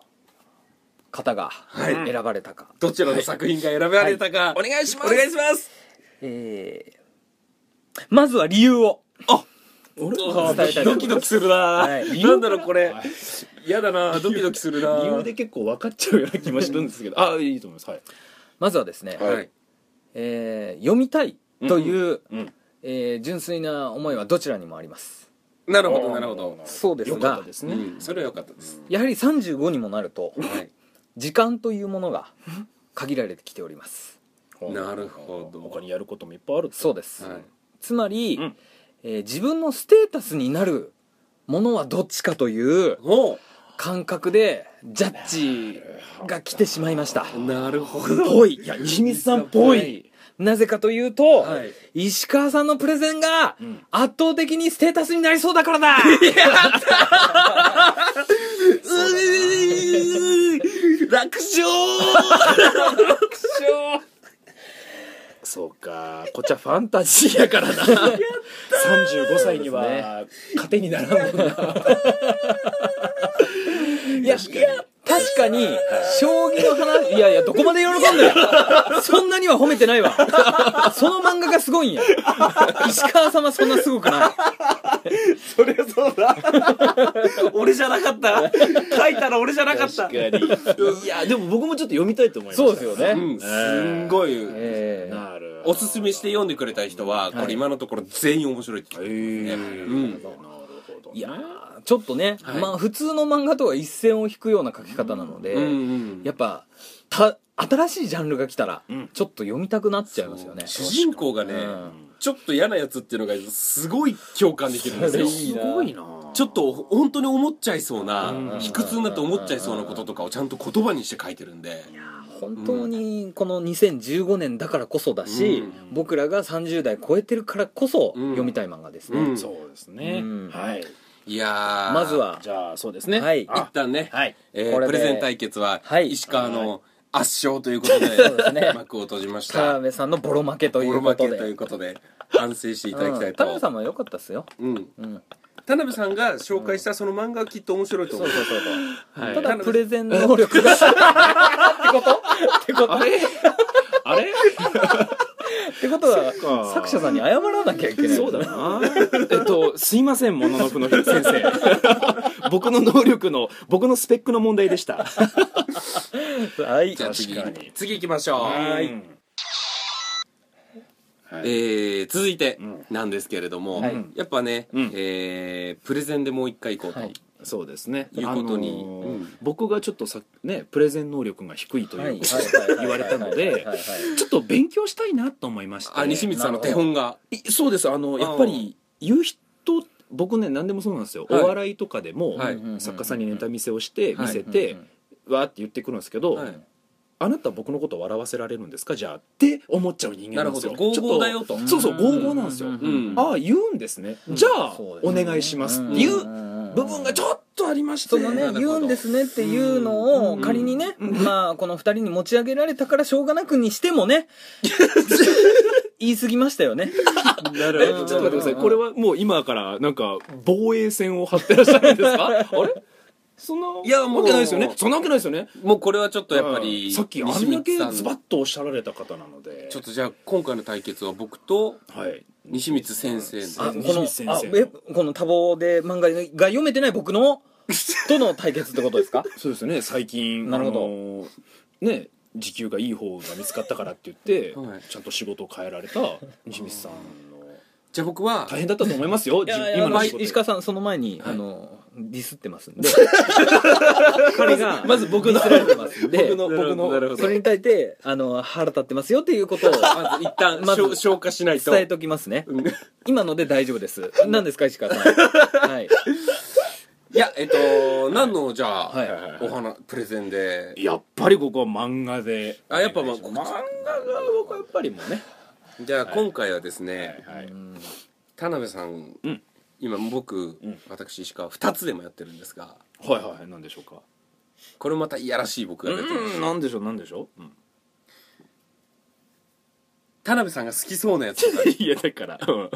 Speaker 2: 方が選ばれたか、
Speaker 1: どちらの作品が選ばれたか、お願いしますお願いします
Speaker 2: えーまずは理由を
Speaker 1: あ
Speaker 2: 伝えたい
Speaker 1: ドキドキするな、
Speaker 2: はい
Speaker 1: なんだろうこれ嫌だなドキドキするな
Speaker 3: 理由で結構分かっちゃうような気もするんですけど あいいと思いますはい
Speaker 2: まずはですね、
Speaker 1: はい
Speaker 2: えー読みたいという、
Speaker 3: うんうん
Speaker 2: えー純粋な思いはどちらにもあります
Speaker 1: なるほどなるほど
Speaker 2: そうですが
Speaker 3: よかったですね、
Speaker 1: うんそれは良かったです
Speaker 2: やはり35にもなると
Speaker 1: はい
Speaker 2: 時間というものが限られてきております
Speaker 1: んなるほど
Speaker 3: 他にやることもいっぱいある
Speaker 2: そうです、
Speaker 1: はい
Speaker 2: つまり、
Speaker 3: うん
Speaker 2: えー自分のステータスになるものはどっちかという
Speaker 1: おう
Speaker 2: 感覚でジャッジが来てしまいました
Speaker 1: なるほど
Speaker 2: ぽい
Speaker 3: いや西光さんっぽい
Speaker 2: なぜかというと、
Speaker 1: はい
Speaker 2: 石川さんのプレゼンが
Speaker 3: ん
Speaker 2: 圧倒的にステータスになりそうだからだ
Speaker 1: 楽 勝
Speaker 3: そうかこっちはファンタジーやからな35歳には糧にならんもんない
Speaker 2: や確かに将棋の話いやいやどこまで喜んだよそんなには褒めてないわその漫画がすごいんや石川様そんなすごくない
Speaker 1: それそう だ俺じゃなかった書いたら俺じゃなかった
Speaker 3: いやでも僕もちょっと読みたいと思いました
Speaker 2: そうですよね、
Speaker 1: うん、すんごい、
Speaker 2: えー
Speaker 3: なる
Speaker 1: おすすめして読んでくれた人は、これ今のところ全員面白いって言って
Speaker 3: えー
Speaker 1: うん
Speaker 3: なるほどね
Speaker 2: いやーちょっとね、
Speaker 1: はい
Speaker 2: まあ普通の漫画とは一線を引くような書き方なので、
Speaker 1: うんうん
Speaker 2: やっぱた新しいジャンルが来たら、
Speaker 3: うん
Speaker 2: ちょっと読みたくなっちゃいますよね
Speaker 1: 主人公がね、
Speaker 2: うん
Speaker 1: ちょっと嫌なやつっていうのがすごい共感できるんですよ
Speaker 2: それいい
Speaker 3: す
Speaker 2: な
Speaker 3: ごいな
Speaker 1: ちょっと本当に思っちゃいそうな、
Speaker 3: うん
Speaker 1: 卑屈になって思っちゃいそうなこととかをちゃんと言葉にして書いてるんで、
Speaker 2: 本当にこの2015年だからこそだし、
Speaker 1: う
Speaker 2: 僕らが30代超えてるからこそ
Speaker 1: うん
Speaker 2: 読みたい漫画ですね、
Speaker 1: うん
Speaker 3: そうですね
Speaker 2: うん
Speaker 3: はい
Speaker 1: いやー
Speaker 2: まずは
Speaker 3: じゃあそうですね
Speaker 2: はい
Speaker 1: 一
Speaker 3: あ
Speaker 1: 旦ね、
Speaker 3: はい
Speaker 1: えー
Speaker 2: これ
Speaker 1: プ
Speaker 2: で
Speaker 1: レゼン対決は
Speaker 2: はい
Speaker 1: 石川
Speaker 3: は
Speaker 1: の圧勝ということで,、
Speaker 2: うですね
Speaker 1: 幕を閉じまし
Speaker 2: 田
Speaker 1: た
Speaker 2: 辺さんのボロ負けとい
Speaker 1: ボロ
Speaker 2: うこ
Speaker 1: 負
Speaker 2: と
Speaker 1: け
Speaker 2: で
Speaker 1: ということで反省していただきた
Speaker 2: う
Speaker 1: い
Speaker 2: ん
Speaker 1: と、
Speaker 2: 田辺さんも良かったっすよ、
Speaker 1: うん
Speaker 2: うん、
Speaker 1: 田辺さんが紹介したその漫画はきっと面白いと
Speaker 2: そ
Speaker 1: 思
Speaker 2: う
Speaker 1: う
Speaker 2: そうそうそう
Speaker 3: はい
Speaker 2: ただプレゼン能力 がってことってこと
Speaker 3: あれあれ
Speaker 2: ってことは
Speaker 3: っか
Speaker 2: 作者さんに謝らなきゃいけない
Speaker 3: そうだな。えっと、すいません、もののふの先生。 僕の能力の、僕のスペックの問題でした。
Speaker 2: はい
Speaker 1: じゃあ次
Speaker 3: 確かに
Speaker 1: 次行きましょう
Speaker 3: はい。
Speaker 1: えー続いて
Speaker 3: うん
Speaker 1: なんですけれども、
Speaker 2: はい
Speaker 1: やっぱね、
Speaker 3: うん
Speaker 1: えープレゼンでもう一回行こうと、
Speaker 2: はい
Speaker 3: そうですね。
Speaker 1: いうことに
Speaker 3: あのー
Speaker 1: うん
Speaker 3: 僕がちょっとさ、ね、プレゼン能力が低いということを言われたの
Speaker 2: はいは
Speaker 3: で
Speaker 2: いはいはいはい、
Speaker 3: ちょっと勉強したいなと思いまして。
Speaker 1: あ西光さんの手本が
Speaker 3: いそうですあのやっぱり言う人僕ね何でもそうなんですよ、
Speaker 1: はい
Speaker 3: お笑いとかでも、
Speaker 1: はい
Speaker 3: 作家さんにネタ見せをして
Speaker 1: はい
Speaker 3: 見せて、
Speaker 2: うん
Speaker 3: わーって言ってくるんですけど、
Speaker 1: はい
Speaker 3: あなた僕のことを笑わせられるんですかじゃあって思っちゃう人間なんですよ
Speaker 1: なるほど
Speaker 3: ちょっ
Speaker 1: 合々だよと
Speaker 3: うんそうそう合々なんですよ、
Speaker 2: うん
Speaker 1: うん
Speaker 3: ああ言うんですね、じゃあ、
Speaker 2: そう
Speaker 3: お
Speaker 2: ですね
Speaker 3: 願いしますって
Speaker 2: ん
Speaker 3: いう
Speaker 2: うん
Speaker 3: 部分がちょっとありまして
Speaker 2: そ
Speaker 1: な
Speaker 2: の
Speaker 1: る
Speaker 2: ね
Speaker 1: ほど
Speaker 2: 言うんですねっていうのを仮にねまあこの二人に持ち上げられたからしょうがなくにしてもね言い過ぎましたよね
Speaker 3: なる
Speaker 2: ほど
Speaker 3: ちょっと待ってください
Speaker 2: うん
Speaker 3: これはもう今からなんか防衛線を張ってらっしゃるんですかあれそんない
Speaker 1: やもう
Speaker 3: わけないですよねそんなわけないですよね
Speaker 1: もうこれはちょっとやっぱ
Speaker 3: うん
Speaker 1: り
Speaker 3: さっきあ
Speaker 1: 西
Speaker 3: んだけ
Speaker 1: 光さん
Speaker 3: ズバッとおっしゃられた方なので
Speaker 1: ちょっとじゃあ今回の対決は僕と
Speaker 3: はい
Speaker 1: 西光先生
Speaker 3: あ
Speaker 1: の
Speaker 2: あこ
Speaker 3: 西
Speaker 2: の
Speaker 3: 光先生
Speaker 2: あえこの多忙で漫画が読めてない僕のとの対決ってことですか
Speaker 3: そうですね最近
Speaker 2: なるほど
Speaker 3: あのね時給がいい方が見つかったからって言って、
Speaker 1: はい
Speaker 3: ちゃんと仕事を変えられた西光さんの
Speaker 1: じゃあ僕は
Speaker 3: 大変だったと思いますよ
Speaker 2: いや
Speaker 3: じ
Speaker 2: いや
Speaker 3: 今の
Speaker 2: ま
Speaker 3: 仕事
Speaker 2: あ石川さんその前に、
Speaker 1: はい
Speaker 2: あのディスってますん で彼が
Speaker 1: まず僕の
Speaker 2: ディスられてますんで
Speaker 1: 僕の僕の
Speaker 2: なるほどそれに対してあの腹立ってますよっていうことを
Speaker 1: まず一旦
Speaker 2: まず
Speaker 1: 消消化しないと
Speaker 2: 伝えときますね
Speaker 1: うん
Speaker 2: 今ので大丈夫 です何ですか石川さんはい
Speaker 1: いやえっと何のじゃ
Speaker 2: はい
Speaker 1: あお花プレゼンで
Speaker 3: やっぱりここは漫画で
Speaker 1: あやっぱまあ
Speaker 3: 漫画が僕はやっぱりもうね
Speaker 1: じゃあ今回はですね
Speaker 3: はいはい
Speaker 2: うん
Speaker 1: 田辺さん
Speaker 3: うん
Speaker 1: 今僕
Speaker 3: うん
Speaker 1: 私石川2つでもやってるんですが
Speaker 3: はいはい何でしょうか
Speaker 1: これまたいやらしい僕が出てる
Speaker 3: うん何でしょう何でしょう、うん
Speaker 1: 田辺さんが好きそうなやつと
Speaker 3: いやだから、うん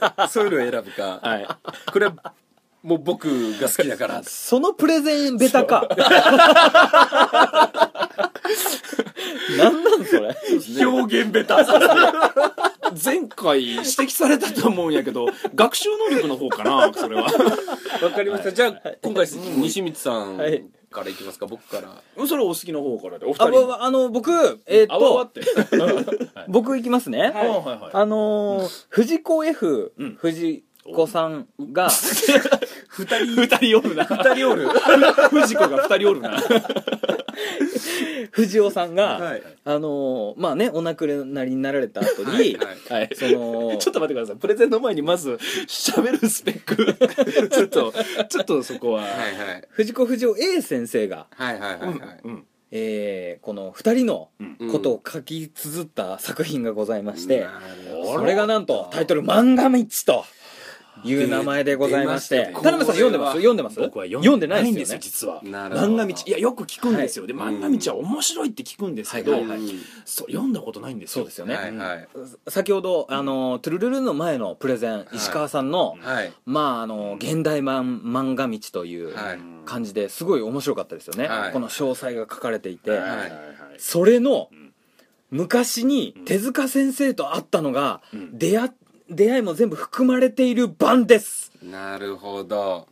Speaker 1: かそういうのを選ぶか
Speaker 3: はい
Speaker 1: これはもう僕が好きだから
Speaker 2: そのプレゼンベタかなんなんそれ
Speaker 1: 表現ベタ
Speaker 3: 前回指摘されたと思うんやけど学習能力の方かなそれは
Speaker 1: わかりました、じゃあ今回西光さん
Speaker 2: はい
Speaker 1: からいきますか僕から
Speaker 3: それはお好きの方からでお二
Speaker 2: あ
Speaker 3: 人も
Speaker 2: わあの僕えーっ
Speaker 3: あわわっ
Speaker 2: と
Speaker 3: てはい
Speaker 2: 僕いきますね、
Speaker 3: はいはいは
Speaker 2: あのー藤子 F、
Speaker 3: うん
Speaker 2: 藤子さんが
Speaker 3: 二人二人おるな
Speaker 1: 二人おる
Speaker 3: 藤子が二人おるな
Speaker 2: 藤尾さん が、
Speaker 1: はい
Speaker 2: あのーまあねお亡くなりになられた後に、
Speaker 1: はいはい
Speaker 3: はい
Speaker 2: その
Speaker 3: ちょっと待ってくださいプレゼンの前にまず喋るスペックちょっとちょっとそこは
Speaker 1: はい
Speaker 2: 藤子不二雄 A 先生が、
Speaker 1: はいはいはいはいはい
Speaker 3: うんうん
Speaker 2: えーこの2人の
Speaker 1: うん
Speaker 2: ことを書き綴った作品がございまして、
Speaker 1: なるほど
Speaker 2: それがなんとタイトル「漫画道」という名前でございまして
Speaker 1: 出ました
Speaker 2: 田辺さん読んでます
Speaker 1: こ
Speaker 2: 読んでます
Speaker 3: 僕は読ん
Speaker 2: でないですよね
Speaker 3: 実は
Speaker 1: なるほど
Speaker 3: 漫画道いやよく聞くんですよで漫画道は面白いって聞くんですけど
Speaker 2: はいはいはい
Speaker 3: そう読んだことないんです
Speaker 2: そう
Speaker 3: よ
Speaker 2: ですよね、
Speaker 1: はいはい
Speaker 2: 先ほど、あのトゥルルルンの前のプレゼン、
Speaker 1: い
Speaker 2: 石川さんの、
Speaker 1: はい
Speaker 2: まああの現代版漫画道という
Speaker 1: はい
Speaker 2: 感じですごい面白かったですよね、
Speaker 1: はい
Speaker 2: この詳細が書かれていて、
Speaker 1: はい
Speaker 2: それの
Speaker 3: ん
Speaker 2: 昔に
Speaker 3: ん
Speaker 2: 手塚先生と会ったのが、
Speaker 3: うん
Speaker 2: 出会出会いも全部含まれている版です
Speaker 1: なるほど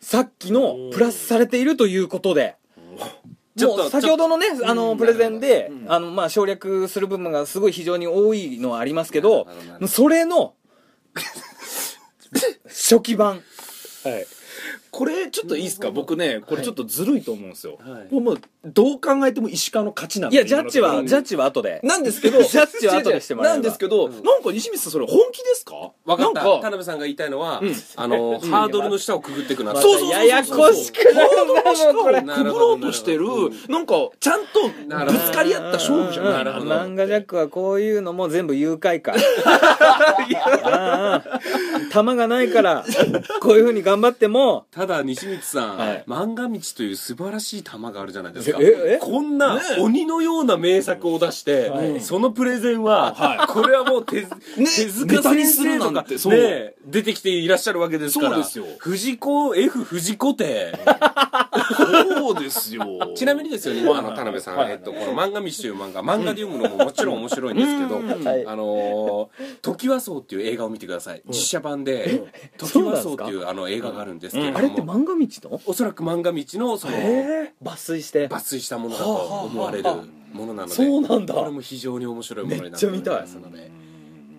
Speaker 2: さっきのプラスされているということで
Speaker 1: ちょっと
Speaker 2: もう先ほどのねあのプレゼンで、
Speaker 3: うん
Speaker 2: あのまあ、省略する部分がすごい非常に多いのはありますけ
Speaker 1: なるほ
Speaker 2: ど
Speaker 1: どなるほど
Speaker 2: それの初期版
Speaker 3: はいこれちょっといいですか僕ねこれちょっとずるいと思うんですよ、
Speaker 1: はい
Speaker 3: これもうどう考えても石川の勝ちなん
Speaker 2: いやジャッジはジャッ
Speaker 3: ジ
Speaker 2: ジは後で
Speaker 3: なんですけ ど
Speaker 2: ジャッジは後でしてもらえれば
Speaker 3: なんですけど、なんか西光さんそれ本気ですか
Speaker 1: わかった田
Speaker 3: なんか
Speaker 1: 辺さんが言いたいのは、
Speaker 3: うん
Speaker 1: あのハードルの下をくぐってくな
Speaker 2: また
Speaker 3: そうそうそうそう
Speaker 2: ややこしくなるなもうこれ
Speaker 1: な
Speaker 3: くぐろうとしてるなんかちゃんとぶつかり合った勝負じゃない
Speaker 1: なるほど
Speaker 2: うん漫画ジャックはこういうのも全部誘拐かああ弾がないからこういうふうに頑張っても
Speaker 1: ただ西光さん、
Speaker 2: はい
Speaker 1: 漫画道という素晴らしい玉があるじゃないですか
Speaker 2: ええ
Speaker 1: こんな
Speaker 3: ねえ
Speaker 1: 鬼のような名作を出して、
Speaker 2: はい
Speaker 1: そのプレゼンは、
Speaker 3: はい
Speaker 1: これはもう手,、 手
Speaker 3: ネ
Speaker 1: 塚
Speaker 3: タに
Speaker 1: 先
Speaker 3: す
Speaker 1: 生
Speaker 3: るな
Speaker 1: と
Speaker 3: ん
Speaker 1: か、
Speaker 3: てそう
Speaker 1: ね、出てきていらっしゃるわけですから
Speaker 3: そうですよ
Speaker 1: 藤子 F 藤子って
Speaker 3: そうで すよ
Speaker 1: ちなみにですよね、あの田辺さん、
Speaker 3: はい
Speaker 1: えっと、この「漫画道」という漫画漫画で読むのももちろん面白いんですけど、
Speaker 3: うん
Speaker 2: はい
Speaker 1: あのー「トキワ荘」っていう映画を見てください実写版で「トキ
Speaker 2: そうなん
Speaker 1: ワ
Speaker 2: です
Speaker 1: 荘」
Speaker 2: か
Speaker 1: っていうあの映画があるんですけれども、
Speaker 2: あれって漫画道の
Speaker 1: おそらく漫画道のその、
Speaker 2: 抜粋して
Speaker 1: 抜粋したものだと思われるものなので、
Speaker 2: そうなんだ
Speaker 1: これも非常に面白いものになっておりますので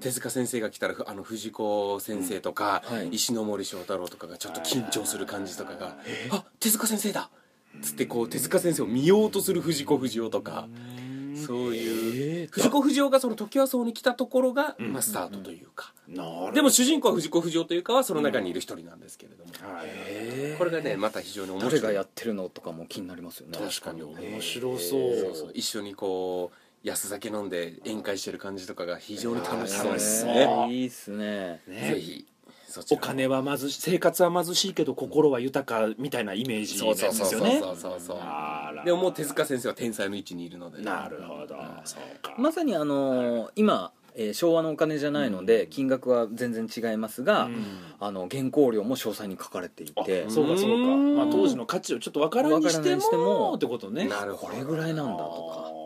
Speaker 1: 手塚先生が来たらふあの藤子先生とか、
Speaker 2: うんはい
Speaker 1: 石ノ森章太郎とかがちょっと緊張する感じとかが「あ手塚先生だ!」つってこう手塚先生を見ようとする藤子不二雄とかそういう藤子不二雄がその時は荘に来たところが、まあ、スタートというか。
Speaker 3: なるほど
Speaker 1: でも主人公は藤子不二雄というかはその中にいる一人なんですけれども、
Speaker 3: へ
Speaker 1: これがねまた非常に面白い
Speaker 2: 誰がやってるのとかも気になりますよね
Speaker 1: 確かに
Speaker 3: 面白そう
Speaker 1: そうそう一緒にこう安酒飲んで宴会してる感じとかが非常に楽しそう
Speaker 2: 楽
Speaker 1: で
Speaker 2: し
Speaker 1: す
Speaker 2: そう
Speaker 1: ね
Speaker 2: いいっすね
Speaker 3: ね
Speaker 1: ぜひそち
Speaker 3: お
Speaker 1: らも
Speaker 3: 金は貧しい生活は貧しいけど心は豊かみたいなイメージ
Speaker 1: そう
Speaker 3: なん
Speaker 1: そう
Speaker 3: で
Speaker 1: そう
Speaker 3: す
Speaker 1: そう
Speaker 3: よね
Speaker 1: そうそうそう
Speaker 3: あら
Speaker 1: でももう手塚先生は天才の位置にいるので
Speaker 3: なるほどそうか
Speaker 2: まさにあのー今えー昭和のお金じゃないので金額は全然違いますが、あの原稿料も詳細に書かれていて
Speaker 1: あ
Speaker 3: そうかそうか、
Speaker 1: うん
Speaker 3: まあ、当時の価値をちょっと分からんに
Speaker 2: 分
Speaker 3: し
Speaker 2: から
Speaker 3: て
Speaker 2: ん
Speaker 3: も
Speaker 2: にしても
Speaker 3: ってことね
Speaker 1: なるほ
Speaker 2: こ
Speaker 1: ど
Speaker 2: れぐらいなんだと
Speaker 3: あー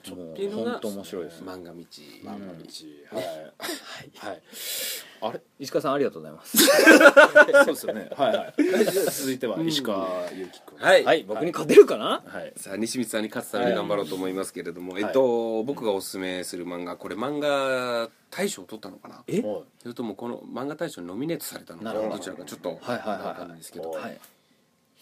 Speaker 3: ち
Speaker 2: か
Speaker 3: ょっ
Speaker 2: も
Speaker 1: っていう
Speaker 2: う
Speaker 1: のが
Speaker 2: 本当面白いです、
Speaker 1: 漫画道
Speaker 3: と
Speaker 2: うん
Speaker 3: 漫画道はいはい、はい、あれ
Speaker 2: 石川さんありがとうございます
Speaker 3: そうですよねはいはいじゃあ続いては石川祐希君
Speaker 1: はい、
Speaker 2: はい僕に勝てるかな、
Speaker 3: はい
Speaker 1: さあ西光さんに勝つために頑張ろうと思いますけれども、
Speaker 3: い
Speaker 1: えっと僕がおすすめする漫画これ漫画大賞を取ったのかな
Speaker 2: え
Speaker 3: おい
Speaker 1: それともこの漫画大賞にノミネートされたのか
Speaker 2: なるほど
Speaker 1: どちらかちょっと分
Speaker 2: はいはいはいはい
Speaker 1: かんないですけど、
Speaker 3: はい
Speaker 2: はい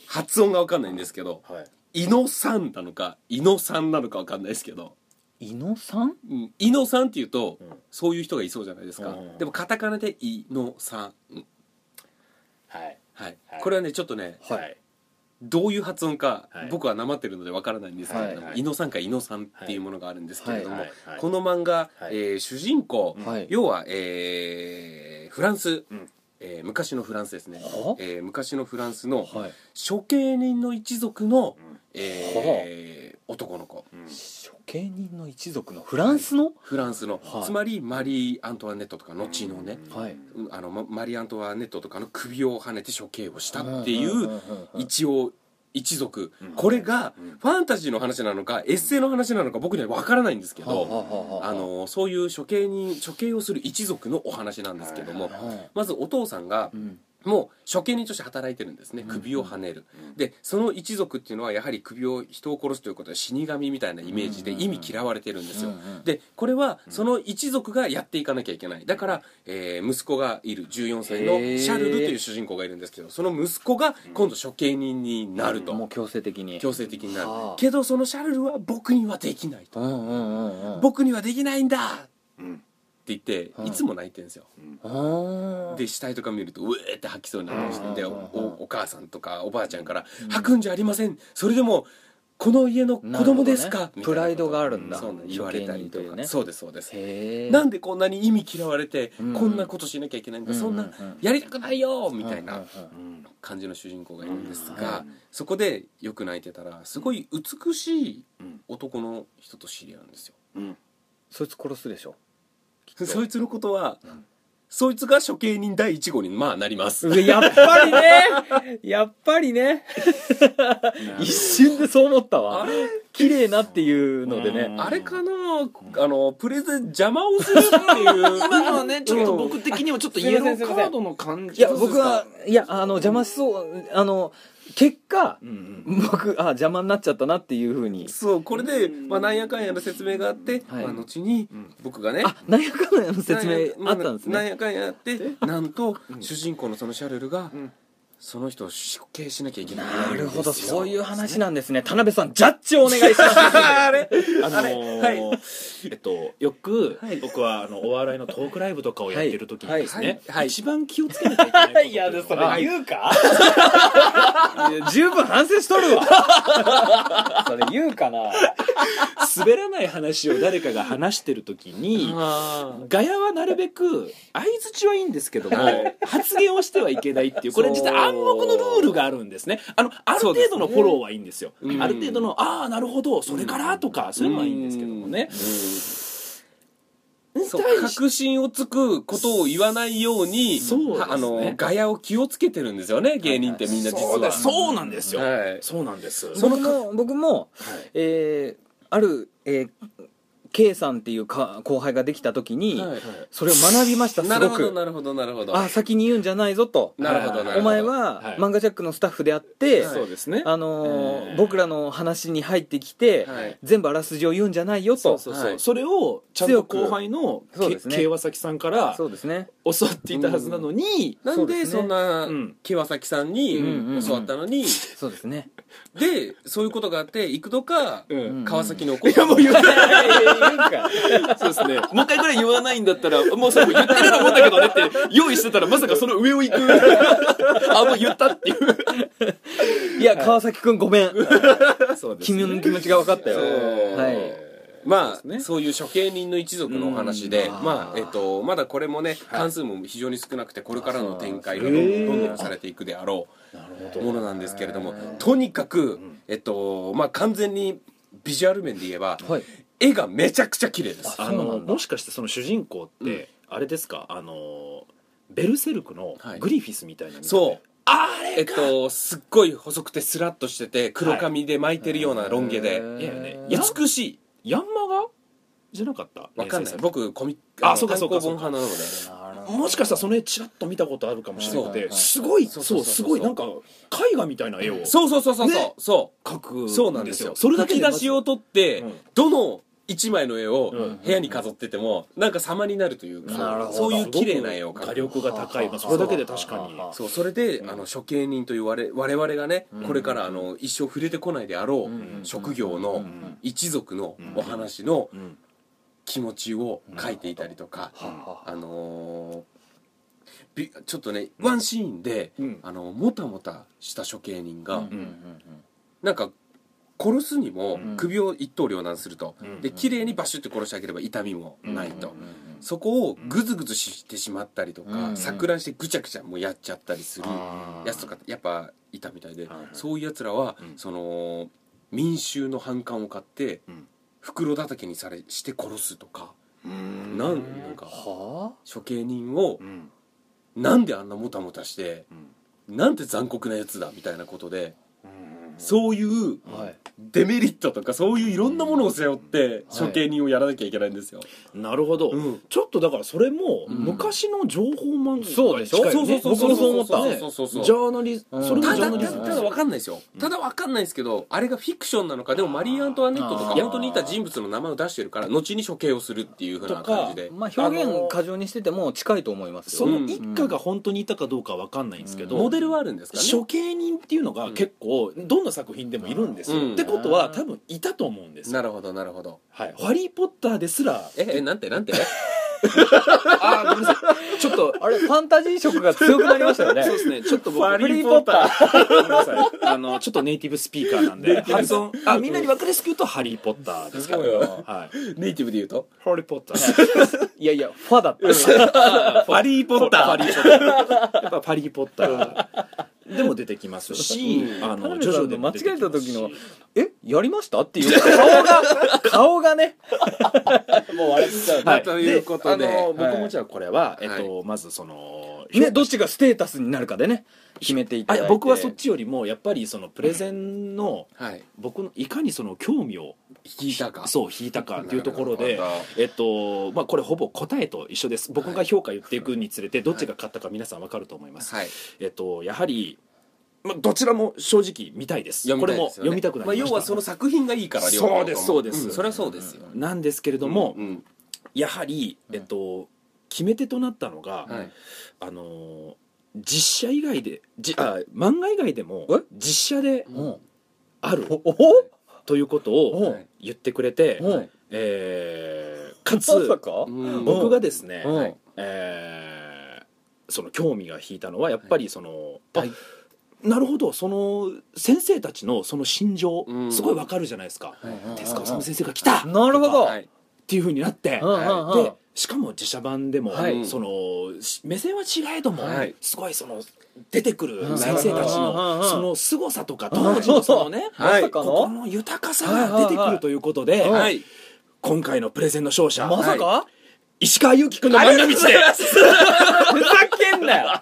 Speaker 1: 発音が分かんないんですけど
Speaker 3: はい
Speaker 1: 伊野さんなのか伊野さんなのか分かんないですけど
Speaker 2: 伊野さん
Speaker 1: うん伊野さんっていうと、
Speaker 3: うん
Speaker 1: そういう人がいそうじゃないですか、
Speaker 3: うん
Speaker 1: でもカタカナで伊野さん、
Speaker 3: はい
Speaker 1: はい
Speaker 3: はい
Speaker 1: これはねちょっとね
Speaker 3: はい
Speaker 1: どういう発音か、
Speaker 3: はい
Speaker 1: 僕はなまってるのでわからないんですけれども、
Speaker 3: はいはい
Speaker 1: 伊野さんか伊野さんっていうものがあるんですけれども、
Speaker 3: はいはいはい
Speaker 1: この漫画、
Speaker 3: は
Speaker 1: え
Speaker 3: い
Speaker 1: ー主人公、
Speaker 2: はい
Speaker 1: 要は、えーフランス、
Speaker 3: うん
Speaker 1: えー昔のフランスですね
Speaker 2: は、
Speaker 1: えー昔のフランスの
Speaker 2: はい
Speaker 1: 処刑人の一族の、
Speaker 3: うん
Speaker 1: えー男の子
Speaker 3: うん
Speaker 2: 処刑人の一族のフランスの
Speaker 1: フランスの、
Speaker 2: はい
Speaker 1: つまりマリー・アントワネットとか後のね、
Speaker 2: はい
Speaker 1: うんあのまマリー・アントワネットとかの首を跳ねて処刑をしたっていう。一応一族、
Speaker 3: うん
Speaker 1: これが
Speaker 3: うん
Speaker 1: ファンタジーの話なのか、エッセイの話なのか僕には分からないんですけど、あ
Speaker 2: あ
Speaker 1: のそういう処刑人処刑をする一族のお話なんですけども、
Speaker 3: はい
Speaker 2: はい
Speaker 1: まずお父さんが
Speaker 2: うん
Speaker 1: もう処刑人として働いてるんですね
Speaker 2: うん
Speaker 1: 首を跳ねる、
Speaker 3: うん
Speaker 1: でその一族っていうのはやはり首を人を殺すということは死神みたいなイメージで
Speaker 2: うん
Speaker 1: 意味嫌われてるんですよ、
Speaker 2: うんうん
Speaker 1: でこれはその一族がやっていかなきゃいけないだから、えー息子がいる14歳の
Speaker 2: へー
Speaker 1: シャルルという主人公がいるんですけどその息子が今度処刑人になると、
Speaker 2: もう強制的に
Speaker 1: 強制的になる
Speaker 2: はあ
Speaker 1: けどそのシャルルは僕にはできないと、
Speaker 2: うんうんうんうん
Speaker 1: 僕にはできないんだって
Speaker 3: うん
Speaker 1: 言って、
Speaker 2: はい
Speaker 1: いつも泣いてるんですよ
Speaker 2: あー
Speaker 1: で死体とか見るとうえーって吐きそうになったりして
Speaker 2: うん
Speaker 1: でお
Speaker 2: うん
Speaker 1: おお母さんとかおばあちゃんから「吐くんじゃありませんそれでもこの家の子
Speaker 2: なるほ
Speaker 1: 供
Speaker 2: どね
Speaker 1: ですかみたいなこと
Speaker 2: プライドがあるんだ
Speaker 1: そうなの言われたりと
Speaker 2: 処刑人という
Speaker 1: か
Speaker 2: ね
Speaker 1: そうですそうです
Speaker 2: へえ
Speaker 1: なんでこんなに意味嫌われて
Speaker 2: うん
Speaker 1: こんなことしなきゃいけないんだ
Speaker 2: うん
Speaker 1: そんなやりたくないよみたい
Speaker 2: うん
Speaker 1: な
Speaker 2: うんうん
Speaker 3: うん
Speaker 1: 感じの主人公がいるんです
Speaker 2: う
Speaker 1: が
Speaker 3: ん
Speaker 1: そこでよく泣いてたらすごい美しい
Speaker 3: うん
Speaker 1: 男の人と知り合うんですよ
Speaker 3: うん
Speaker 2: そいつ殺すでしょと
Speaker 1: そいつのことは
Speaker 3: うん
Speaker 1: そいつが処刑人第1号にまあなります
Speaker 2: やっぱりね やっぱりね一瞬でそう思ったわ
Speaker 1: あれ
Speaker 2: 綺麗なっていうので
Speaker 3: うん
Speaker 2: ね
Speaker 1: あれかなあのプレゼン邪魔をするっていう
Speaker 3: 今のはねちょっと僕的にもちょっとイエローカードの感
Speaker 2: い
Speaker 3: じ
Speaker 2: や僕はいやあの邪魔しそうあの結果
Speaker 3: うんうん
Speaker 2: 僕あ邪魔になっちゃったなっていうふうに
Speaker 1: そうこれで、
Speaker 3: うん
Speaker 1: まあ、なんやかんやの説明があって、
Speaker 2: はい
Speaker 1: まあ、後に
Speaker 3: うん
Speaker 1: 僕がね
Speaker 2: あなんやかんやの説明あったんです
Speaker 1: なん
Speaker 2: ね
Speaker 1: やかんやあってなんと
Speaker 3: うん
Speaker 1: 主人公のそのシャルルが
Speaker 3: うん
Speaker 1: その人を処刑しなきゃいけない
Speaker 2: なるほど
Speaker 1: ですよ
Speaker 2: そういう話なんですね田辺さんジャッジをお願いします
Speaker 1: あれ
Speaker 3: あのー
Speaker 1: はい
Speaker 3: えっと、よく、
Speaker 1: はい
Speaker 3: 僕はあのお笑いのトークライブとかをやってる時にです
Speaker 1: はい
Speaker 3: ね、
Speaker 1: はいはい
Speaker 3: 一番気をつけなきゃいけないことって いうのが
Speaker 1: は
Speaker 2: 言うか十分反省しとるわ それ言うかな
Speaker 3: 滑らない話を誰かが話してる時にガヤはなるべく相づちはいいんですけども発言をしてはいけないっていうこれ実は暗黙のルールがあるんですねあのある程度のフォローはいいんですよ
Speaker 1: うん
Speaker 3: ある程度の「ああなるほどそれから」とかそういうのはいいんですけどもね
Speaker 1: そう
Speaker 3: 対し
Speaker 1: 確信をつくことを言わないように
Speaker 3: そうですね
Speaker 1: あのガヤを気をつけてるんですよね芸人ってみんな実は
Speaker 3: そうですそうなんですよ、
Speaker 1: はい
Speaker 3: そうなんです
Speaker 1: その
Speaker 2: 僕も僕も、えーある、えー、K さんっていうか後輩ができた時に、
Speaker 1: はい
Speaker 2: それを学びました
Speaker 1: な
Speaker 2: す
Speaker 1: る
Speaker 2: ご
Speaker 1: ほど
Speaker 2: く
Speaker 1: なるほどなるほど
Speaker 2: あ先に言うんじゃないぞと
Speaker 1: なるほどなるほど
Speaker 2: お前は、
Speaker 3: はい
Speaker 2: 漫画ジャックのスタッフであって、
Speaker 1: はい
Speaker 3: そうですね
Speaker 2: あのー
Speaker 3: えー
Speaker 2: 僕らの話に入ってきて、
Speaker 1: はい
Speaker 2: 全部あらすじを言うんじゃないよと
Speaker 3: そうそうそう、
Speaker 1: はい
Speaker 3: それをちゃんと後輩の
Speaker 2: 強くそうですね
Speaker 3: け和崎さんから
Speaker 2: そうですね
Speaker 3: 教わっていたはずなのに、
Speaker 1: なんでそ
Speaker 2: そ
Speaker 1: ん
Speaker 2: うですね
Speaker 1: な
Speaker 3: うん
Speaker 1: 木崎さんに
Speaker 2: うんうん
Speaker 1: 教わったのに
Speaker 2: そうですね
Speaker 1: でそういうことがあって幾度か
Speaker 3: うん
Speaker 2: うん
Speaker 1: 川崎に怒
Speaker 3: い
Speaker 1: る
Speaker 3: やもう言わない
Speaker 2: か
Speaker 3: そうですねもう一回ぐらい言わないんだったらもうそれも言ってると思ったけどねって用意してたらまさかその上を行 くあもう言ったっていう
Speaker 2: いや川崎君ごめん
Speaker 3: そう
Speaker 2: 君の気持ちが分かったよ
Speaker 1: そう
Speaker 2: はい
Speaker 1: ま
Speaker 3: そうです
Speaker 1: あ
Speaker 3: ね
Speaker 1: そういう処刑人の一族のお話で
Speaker 2: うん
Speaker 1: ま
Speaker 2: あ
Speaker 1: あ
Speaker 2: ー
Speaker 1: えっとまだこれもね関数も非常に少なくてこれからの展開がど
Speaker 2: あ
Speaker 1: ん
Speaker 2: そ
Speaker 1: ど
Speaker 2: うなんです
Speaker 1: ん
Speaker 2: ね
Speaker 1: どんどんされていくであろ
Speaker 3: なる
Speaker 1: うものなんですけれども
Speaker 2: へー
Speaker 1: とにかくえっとまあ完全にビジュアル面で言えば
Speaker 2: はい
Speaker 1: 絵がめちゃくちゃ綺麗です
Speaker 3: あ
Speaker 2: そうなんだ
Speaker 3: のもしかしてその主人公って、あれですかあのベルセルクの
Speaker 1: はい
Speaker 3: グリフィスみたいな、
Speaker 1: そう
Speaker 3: あ
Speaker 1: え
Speaker 3: れ
Speaker 1: っ
Speaker 3: か、
Speaker 1: とすっごい細くてスラッとしてて黒髪で巻いてるようなロン毛で、
Speaker 2: へー
Speaker 3: いやね
Speaker 2: いや
Speaker 1: 美しい
Speaker 3: ヤンマガじゃなかった
Speaker 1: わかん
Speaker 3: 連載
Speaker 1: ない
Speaker 3: されて
Speaker 1: 僕コミック
Speaker 3: あ
Speaker 1: の
Speaker 3: そうかそうか
Speaker 1: 単行本派なので
Speaker 3: もしかしたらその絵ちらっと見たことあるかもしれなく
Speaker 2: はいはい
Speaker 3: て
Speaker 2: はい
Speaker 3: すごい
Speaker 1: そ
Speaker 3: そ
Speaker 1: そうそ
Speaker 3: うう
Speaker 1: うそう
Speaker 3: すごいなんか絵画みたいな絵を描
Speaker 1: そうそうそうそうそう、
Speaker 3: ね
Speaker 1: そ
Speaker 3: く
Speaker 1: う
Speaker 3: んですよ
Speaker 1: そうなんですよ
Speaker 3: それだけ
Speaker 1: 吹
Speaker 3: で
Speaker 1: き出しを取って、
Speaker 3: うん
Speaker 1: どの一枚の絵を
Speaker 3: うん
Speaker 1: 部屋に飾っててもなんか様になるという
Speaker 2: なる
Speaker 1: か
Speaker 2: ほど
Speaker 1: そういう綺麗な絵を
Speaker 3: 画
Speaker 1: 描く
Speaker 3: 力が高い、まあ、それだけで確かに
Speaker 1: そうそれで、あの処刑人という我々我々がね、これからあの一生触れてこないであろう、
Speaker 3: うん
Speaker 1: 職業の、
Speaker 3: ん
Speaker 1: 一族の
Speaker 3: うん
Speaker 1: お話の
Speaker 3: うん
Speaker 1: 気持ちを書いていたりとか、あのーびちょっとねワンシーンで、
Speaker 3: うん
Speaker 1: あのもたもたした処刑人が、
Speaker 3: うん
Speaker 1: なんか殺すにも
Speaker 3: うん
Speaker 1: 首を一刀両断すると、
Speaker 3: うん
Speaker 1: で綺麗にバシュって殺してあげれば痛みもないと、
Speaker 2: う
Speaker 1: そこをグズグズしてしまったりとか、
Speaker 2: うん
Speaker 1: 錯乱してぐちゃぐちゃもうやっちゃったりする
Speaker 2: あー
Speaker 1: やつとかやっぱいたみたいで、
Speaker 3: はいはい
Speaker 1: そういうやつらは、
Speaker 3: うん
Speaker 1: その民衆の反感を買って、
Speaker 3: うん
Speaker 1: 袋叩きにされして殺すとか、
Speaker 3: うん
Speaker 1: なんなんか
Speaker 2: は
Speaker 1: 処刑人を
Speaker 3: うん
Speaker 1: なんであんなもたもたして
Speaker 3: うん
Speaker 1: なんて残酷なやつだみたいなことで
Speaker 3: うん
Speaker 1: そういう
Speaker 2: あはい
Speaker 1: デメリットとかそういういろんなものを背負って
Speaker 2: はい
Speaker 1: 処刑人をやらなきゃいけないんですよ、
Speaker 3: なるほど、
Speaker 1: うん
Speaker 3: ちょっとだからそれも
Speaker 2: うん
Speaker 3: 昔の情報漫画に近い
Speaker 2: そうでしょ
Speaker 3: ね
Speaker 1: そうそうそうそう
Speaker 3: 僕もそう思った
Speaker 1: そうそうそうそう
Speaker 3: ジャーナリス
Speaker 2: うん
Speaker 3: それも
Speaker 1: た
Speaker 3: ジャー
Speaker 1: だた
Speaker 3: ナリ
Speaker 1: だ
Speaker 3: ズム
Speaker 1: ただ分かんないですよ、ただ分かんないですけどあれがフィクションなのかでもマリー・アントワネットとか
Speaker 2: あー
Speaker 1: 本当にいた人物の名前を出してるから後に処刑をするっていうふうな感じで
Speaker 2: まあ表現過剰にしてても近いと思いますよ
Speaker 3: その一家が本当にいたかどうかは分かんないんですけど、
Speaker 1: モデルはあるんですかね
Speaker 3: 処刑人っていうのが結構どんな作品でもいるんですよ、
Speaker 1: うん
Speaker 3: ってことは多分いたと思うんですよ
Speaker 1: なるほどなるほど
Speaker 3: はい「ハリー・ポッター」ですら
Speaker 1: ええなんてなんて
Speaker 2: あーごめんなさいちょっとあれファンタジー色が強くなりましたよね
Speaker 3: そうですねちょっと僕
Speaker 2: ハ
Speaker 3: ハ
Speaker 2: リー
Speaker 3: リー・
Speaker 2: ポ
Speaker 3: ポ
Speaker 2: ッ
Speaker 3: ッ
Speaker 2: タ
Speaker 3: ターごめんなさいあのちょっとネイティブスピーカーなんで発音あみんなに分かりやすく言うと「ハリー・ポッター」ですから
Speaker 1: そうよ
Speaker 3: はい
Speaker 1: ネイティブで言うと
Speaker 3: ハリー・ポッター
Speaker 2: いやいやファだった
Speaker 1: ハリー・ポッター
Speaker 3: パリーポッターやっぱパリーポッターでも出てきますし、
Speaker 1: うん
Speaker 3: あ
Speaker 2: 田
Speaker 3: の
Speaker 2: 辺
Speaker 3: ジョジ
Speaker 2: さ
Speaker 3: ョ
Speaker 2: ん
Speaker 3: で
Speaker 2: の
Speaker 3: も
Speaker 2: 間違
Speaker 3: 出て
Speaker 2: え
Speaker 3: き
Speaker 2: た
Speaker 3: ます
Speaker 2: 時
Speaker 3: し
Speaker 2: の「 えやりました?」っていう顔が顔がねもう笑っちゃう
Speaker 3: はい、
Speaker 1: ということで
Speaker 3: あの
Speaker 1: はい
Speaker 3: 僕もじゃあこれは、えっと
Speaker 1: は
Speaker 3: まずその、
Speaker 2: ねどっちがステータスになるかでね決めていた
Speaker 3: あ
Speaker 2: だいて
Speaker 3: 僕はそっちよりもやっぱりそのプレゼンの
Speaker 1: はい
Speaker 3: 僕のいかにその興味を
Speaker 1: 聞いたか
Speaker 3: そう引いたかっていうところ
Speaker 1: な
Speaker 3: で
Speaker 1: るほど。
Speaker 3: えっとまあ、これほぼ答えと一緒です僕が評価言っていくにつれてどっちが勝ったか皆さん分かると思います、
Speaker 1: はい
Speaker 3: えっと、やはり、まあ、どちらも正直見たいです
Speaker 1: 読み
Speaker 3: こ
Speaker 1: た
Speaker 3: れ
Speaker 1: い
Speaker 3: も
Speaker 1: ですよね
Speaker 3: 読みたくなりました、
Speaker 1: まあ、要はその作品がいいから両方とも
Speaker 3: そうで
Speaker 1: ん
Speaker 3: すそうです
Speaker 1: それはそうですよ
Speaker 3: なんですけれども、
Speaker 1: うん
Speaker 3: やはり、えっと、決め手となったのが、
Speaker 1: はい
Speaker 3: あのー実写以外でじあ漫画以外でも
Speaker 2: え
Speaker 3: 実写で
Speaker 2: うん
Speaker 3: ある
Speaker 2: おお
Speaker 3: ということ
Speaker 2: お
Speaker 3: を
Speaker 1: はい
Speaker 3: 言ってくれて、
Speaker 2: お
Speaker 1: はい
Speaker 3: えーかつ
Speaker 2: まさか
Speaker 1: うん
Speaker 3: 僕がですね、
Speaker 2: うん
Speaker 1: はい
Speaker 3: えーその興味が引いたのはやっぱりその、あ
Speaker 2: はい
Speaker 3: なるほどその先生たちのその心情、
Speaker 1: うん
Speaker 3: すごいわかるじゃないですか、
Speaker 1: はい
Speaker 3: 手塚治虫先生が来た、っ
Speaker 2: なるほど、
Speaker 1: はい
Speaker 3: ていうふうになって、
Speaker 2: うんうんうん
Speaker 3: でしかも自社版でも、
Speaker 1: はい
Speaker 3: そのし目線は違えども、
Speaker 1: はい
Speaker 3: すごいその出てく
Speaker 2: うん
Speaker 3: る先生たち
Speaker 2: うんうんう
Speaker 3: の
Speaker 2: ん
Speaker 3: その凄さとか当時のそのね
Speaker 1: はい
Speaker 2: まさかの、
Speaker 3: 心の豊かさが出てくるということで、
Speaker 2: はい
Speaker 1: はい
Speaker 3: 今回のプレゼンの勝者、
Speaker 2: まさか、
Speaker 3: 石川祐希君の漫画道で
Speaker 2: ふざけんなよ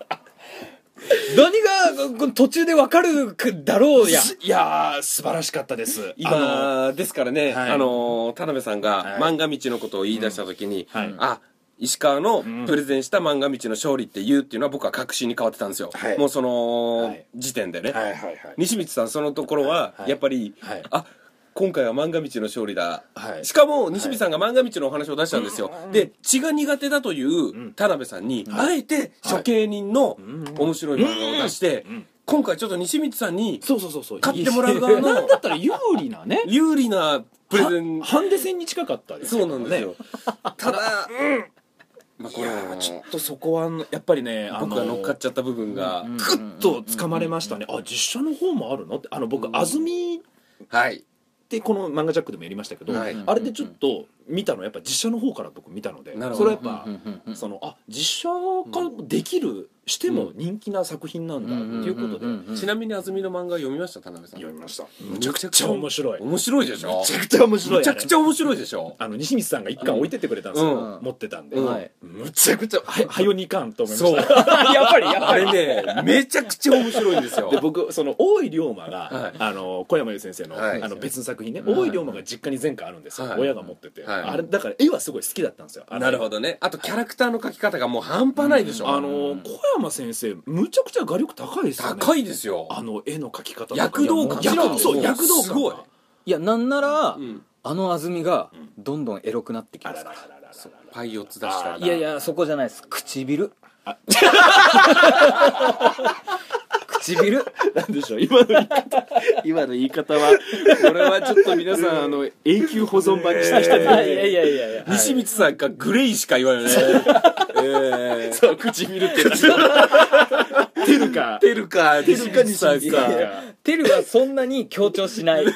Speaker 2: 何がこの途中で分かるだろうや
Speaker 3: すいやー素晴らしかったですあ
Speaker 1: 今ですからね、
Speaker 3: はい
Speaker 1: あの田辺さんが
Speaker 3: はい
Speaker 1: 漫画道のことを言い出した時に、
Speaker 3: のはい
Speaker 1: あ石川の
Speaker 3: ん
Speaker 1: プレゼンした漫画道の勝利って言うっていうのは僕は確信に変わってたんですよ、
Speaker 3: はい
Speaker 1: もうその、
Speaker 3: はい
Speaker 1: 時点でね、
Speaker 3: はいはいはい
Speaker 1: 西光さんそのところは
Speaker 3: はいはい
Speaker 1: やっぱり、
Speaker 3: はい
Speaker 1: あ今回は漫画道の勝利だ、
Speaker 3: はい
Speaker 1: しかも西光さんが漫画道のお話を出したんですよ、で血が苦手だという田辺さんに、あえて処刑人の面白い漫画を出して、今回ちょっと西光さんに
Speaker 3: そうそうそうそう
Speaker 1: 買ってもらう側の
Speaker 3: なんだったら有利なね
Speaker 1: 有利なプレゼン
Speaker 3: ハンデ戦に近かったですけ
Speaker 1: そ
Speaker 3: ど
Speaker 1: う
Speaker 3: ね
Speaker 1: なんですよ、ただ、まあ、これ
Speaker 3: いや
Speaker 1: は
Speaker 3: ー
Speaker 1: ち
Speaker 3: ち
Speaker 1: ょ
Speaker 3: ょ
Speaker 1: っ
Speaker 3: っとそこはやっぱりねあ
Speaker 1: と僕が乗っかっちゃった部分が、
Speaker 3: グッとつかまれましたねあ実写の方もあるのってあの僕安住っ
Speaker 1: はい
Speaker 3: てこの「漫画ジャック」でもやりましたけど、
Speaker 1: はい
Speaker 3: あれでちょっと見たのやっぱ実写の方から僕見たので
Speaker 1: なるほ
Speaker 3: そ
Speaker 1: ど
Speaker 3: れはやっぱ、
Speaker 2: うんうんうん
Speaker 3: そのあ実写化できるしても人気な作品なんだっていうことで
Speaker 1: ちなみに安住の漫画読みました田辺さん
Speaker 3: 読みました
Speaker 1: むちゃくちゃ
Speaker 3: めちゃ面白い
Speaker 1: 面白いでしょ
Speaker 3: めちゃくちゃ面白い
Speaker 1: むちゃくちゃ面白いでしょ
Speaker 3: あの西光さんが一巻置いてってくれたんですよ、
Speaker 1: うん
Speaker 3: 持ってたんで、
Speaker 1: うん
Speaker 2: はい
Speaker 3: むちゃくちゃははよ2巻と思いま
Speaker 1: そう
Speaker 3: した
Speaker 2: やっぱりやっ
Speaker 1: あ
Speaker 2: ぱり
Speaker 1: れねめちゃくちゃ面白いんですよ
Speaker 3: で僕その大井龍馬が、
Speaker 1: はい
Speaker 3: あの小山優先生の,、
Speaker 1: はい
Speaker 3: あの別の作品ね、
Speaker 2: はい
Speaker 3: 大井龍馬が実家に前回あるんですよ、
Speaker 1: はい
Speaker 3: 親が持ってて、
Speaker 1: はい
Speaker 3: あれだから絵はすごい好きだったんですよあの
Speaker 1: なるほどねあとキャラクターの描き方がもう半端ないでしょ、
Speaker 3: あの小山先生むちゃくちゃ画力高いですよね
Speaker 1: 高いですよ
Speaker 3: あの絵の描き方とか
Speaker 1: 躍動感
Speaker 3: いや
Speaker 2: もちろん
Speaker 3: 躍そう
Speaker 2: もう
Speaker 3: 躍動感
Speaker 1: すごい
Speaker 2: いやなんなら
Speaker 1: うん
Speaker 2: あの安住がどんどんエロくなってき
Speaker 3: あ
Speaker 2: ま
Speaker 3: ら
Speaker 2: す
Speaker 3: ら
Speaker 2: から
Speaker 3: らららそう
Speaker 1: パイ4つ出したり
Speaker 2: いやいやそこじゃないです唇
Speaker 3: あ
Speaker 2: 唇
Speaker 3: なんでしょう今の言い方今の言い方はこれはちょっと皆さんあの永久保存版にした人
Speaker 2: い
Speaker 3: に
Speaker 2: やいやいやいやいや
Speaker 1: 西光さんがグレイしか言わないね ええ
Speaker 3: そう 唇っててるか
Speaker 1: テルか西光さん
Speaker 3: 西
Speaker 1: か
Speaker 3: 光さ
Speaker 2: テルはそんなに強調しない
Speaker 1: メ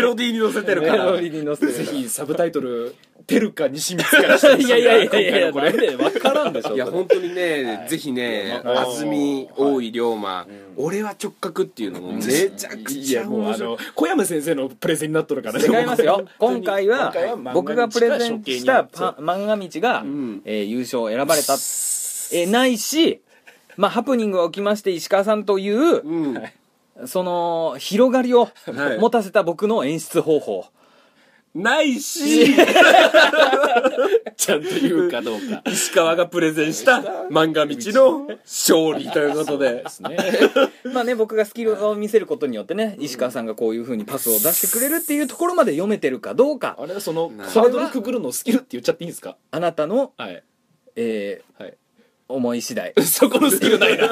Speaker 1: ロディーに乗せてるか
Speaker 2: メ
Speaker 1: ら
Speaker 2: ロディーに乗せてる
Speaker 3: ぜひサブタイトル「てるか西光」からしてほし
Speaker 2: いやいやいやいやいや
Speaker 3: 今
Speaker 2: こ
Speaker 3: 回のこれ
Speaker 2: れ分からんでしょ
Speaker 1: いや
Speaker 2: それ
Speaker 1: 本当にね、ぜひね
Speaker 3: うん
Speaker 1: 安住大井龍馬、俺は直角っていうのもめちゃく
Speaker 3: い
Speaker 1: ち
Speaker 3: や
Speaker 1: ゃ
Speaker 3: もう
Speaker 1: 面
Speaker 3: あ
Speaker 1: 白い
Speaker 3: の小山先生のプレゼンになっとるからね
Speaker 2: 違いますよ今回は
Speaker 3: 今回は漫画道
Speaker 2: 僕がプレゼンした
Speaker 3: が
Speaker 2: パ漫画道が、
Speaker 1: ん
Speaker 2: えー優勝を選ばれた、えーないし、まあ、ハプニングが起きまして石川さんという、
Speaker 1: うん
Speaker 2: その広がりを
Speaker 1: はい
Speaker 2: 持たせた僕の演出方法、
Speaker 1: ないし
Speaker 3: ちゃんと言うかどうか
Speaker 1: 石川がプレゼンした漫画道の勝利ということで
Speaker 3: ですね
Speaker 2: まあね僕がスキルを見せることによってね石川さんがこういうふうにパスを出してくれるっていうところまで読めてるかどうか
Speaker 3: あれはその
Speaker 1: な
Speaker 3: ハードルくぐるのをスキルって言っちゃっていいんですか
Speaker 2: あなたの、
Speaker 3: はい
Speaker 2: え
Speaker 3: はい
Speaker 2: ー思い次第
Speaker 3: そこのスキルないな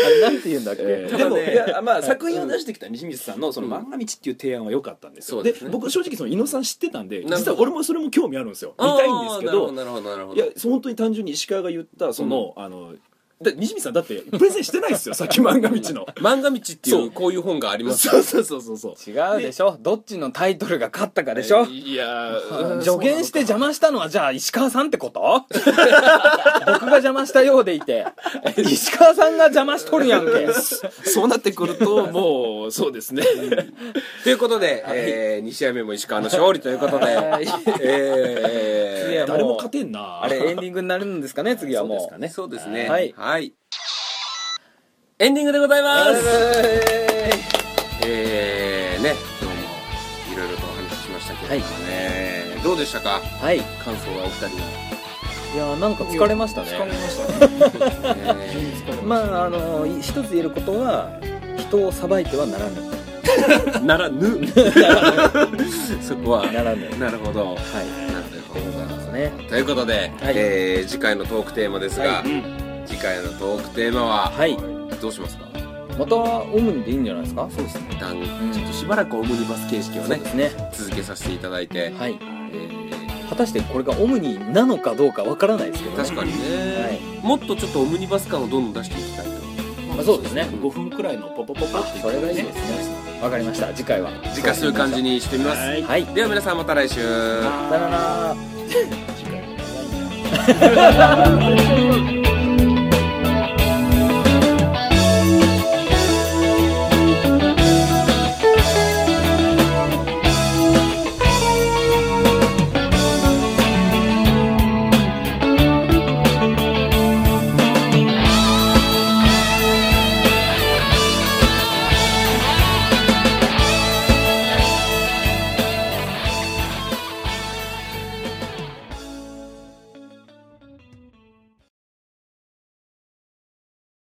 Speaker 2: あれなんて言うんだっけ、
Speaker 3: で
Speaker 1: ただ
Speaker 3: も
Speaker 1: ね
Speaker 3: いやまあ作品を出してきた西光さんのその漫画道っていう提案は良かったんです
Speaker 1: そ
Speaker 3: よ
Speaker 1: うで
Speaker 3: です
Speaker 1: ね
Speaker 3: 僕正直その伊野さん知ってたんで
Speaker 1: なるほど
Speaker 3: 実は俺もそれも興味あるんですよ見たいんですけど
Speaker 1: あーなるほどなるほど
Speaker 3: い
Speaker 1: な
Speaker 3: や
Speaker 1: るほど
Speaker 3: そう本当に単純に石川が言ったその、あのだ西見さんだってプレゼンしてないですよさっき漫画道の
Speaker 1: 漫画道ってい
Speaker 3: そうう
Speaker 1: こういう本があります
Speaker 3: そうそうそうそうそう
Speaker 2: 違うでしょどっちのタイトルが勝ったかでしょ、
Speaker 3: いやー
Speaker 2: 助言して邪魔したのはじゃあ石川さんってこと 僕が邪魔したようでいて石川さんが邪魔しとるやんけ
Speaker 3: そうなってくると もうそうですね
Speaker 1: ということで、えー、2試合目も石川の勝利ということで、
Speaker 2: い
Speaker 1: え
Speaker 2: や
Speaker 1: ー、
Speaker 3: 誰も勝てんな
Speaker 2: あれエンディングになるんですかね次はもう
Speaker 3: そうです
Speaker 1: そうですね
Speaker 2: はい
Speaker 1: はい、エンディングでございますえー、ねどうもいろいろとお話ししましたけれどもね、どうでしたか
Speaker 2: はいい
Speaker 1: 感想はお二人
Speaker 2: やなんか疲れましたね
Speaker 3: 疲れましたね
Speaker 1: は、 え
Speaker 2: まああのい一つ言えることは人を裁いてはならぬ
Speaker 1: ー、ならぬそこは
Speaker 2: ならぬ
Speaker 1: なるほど
Speaker 2: はい
Speaker 1: なるほど
Speaker 2: ですね
Speaker 1: ということで、
Speaker 2: はい
Speaker 1: えー次回のトークテーマですが、
Speaker 3: うん
Speaker 1: 次回のトークテーマは
Speaker 2: はい
Speaker 1: どうしますか
Speaker 2: またオムニでいいんじゃないですか
Speaker 1: そうですね一旦
Speaker 2: ん
Speaker 1: ちょっとしばらくオムニバス形式を
Speaker 2: そう
Speaker 1: ね
Speaker 2: ですね
Speaker 1: 続けさせていただいて、
Speaker 2: はい
Speaker 1: えー
Speaker 2: 果たしてこれがオムニなのかどうかわからないですけどね
Speaker 1: 確かにね、
Speaker 2: はい
Speaker 1: もっとちょっとオムニバス感をどんどん出していきたいと
Speaker 2: まあ、そうですね
Speaker 3: 5分くらいのポポポポって
Speaker 2: それがいいですねわかりました次回は
Speaker 1: 次回そういう感じにしてみます、
Speaker 3: はい
Speaker 2: はい
Speaker 1: では皆さんまた来週
Speaker 2: さよなら
Speaker 3: 次回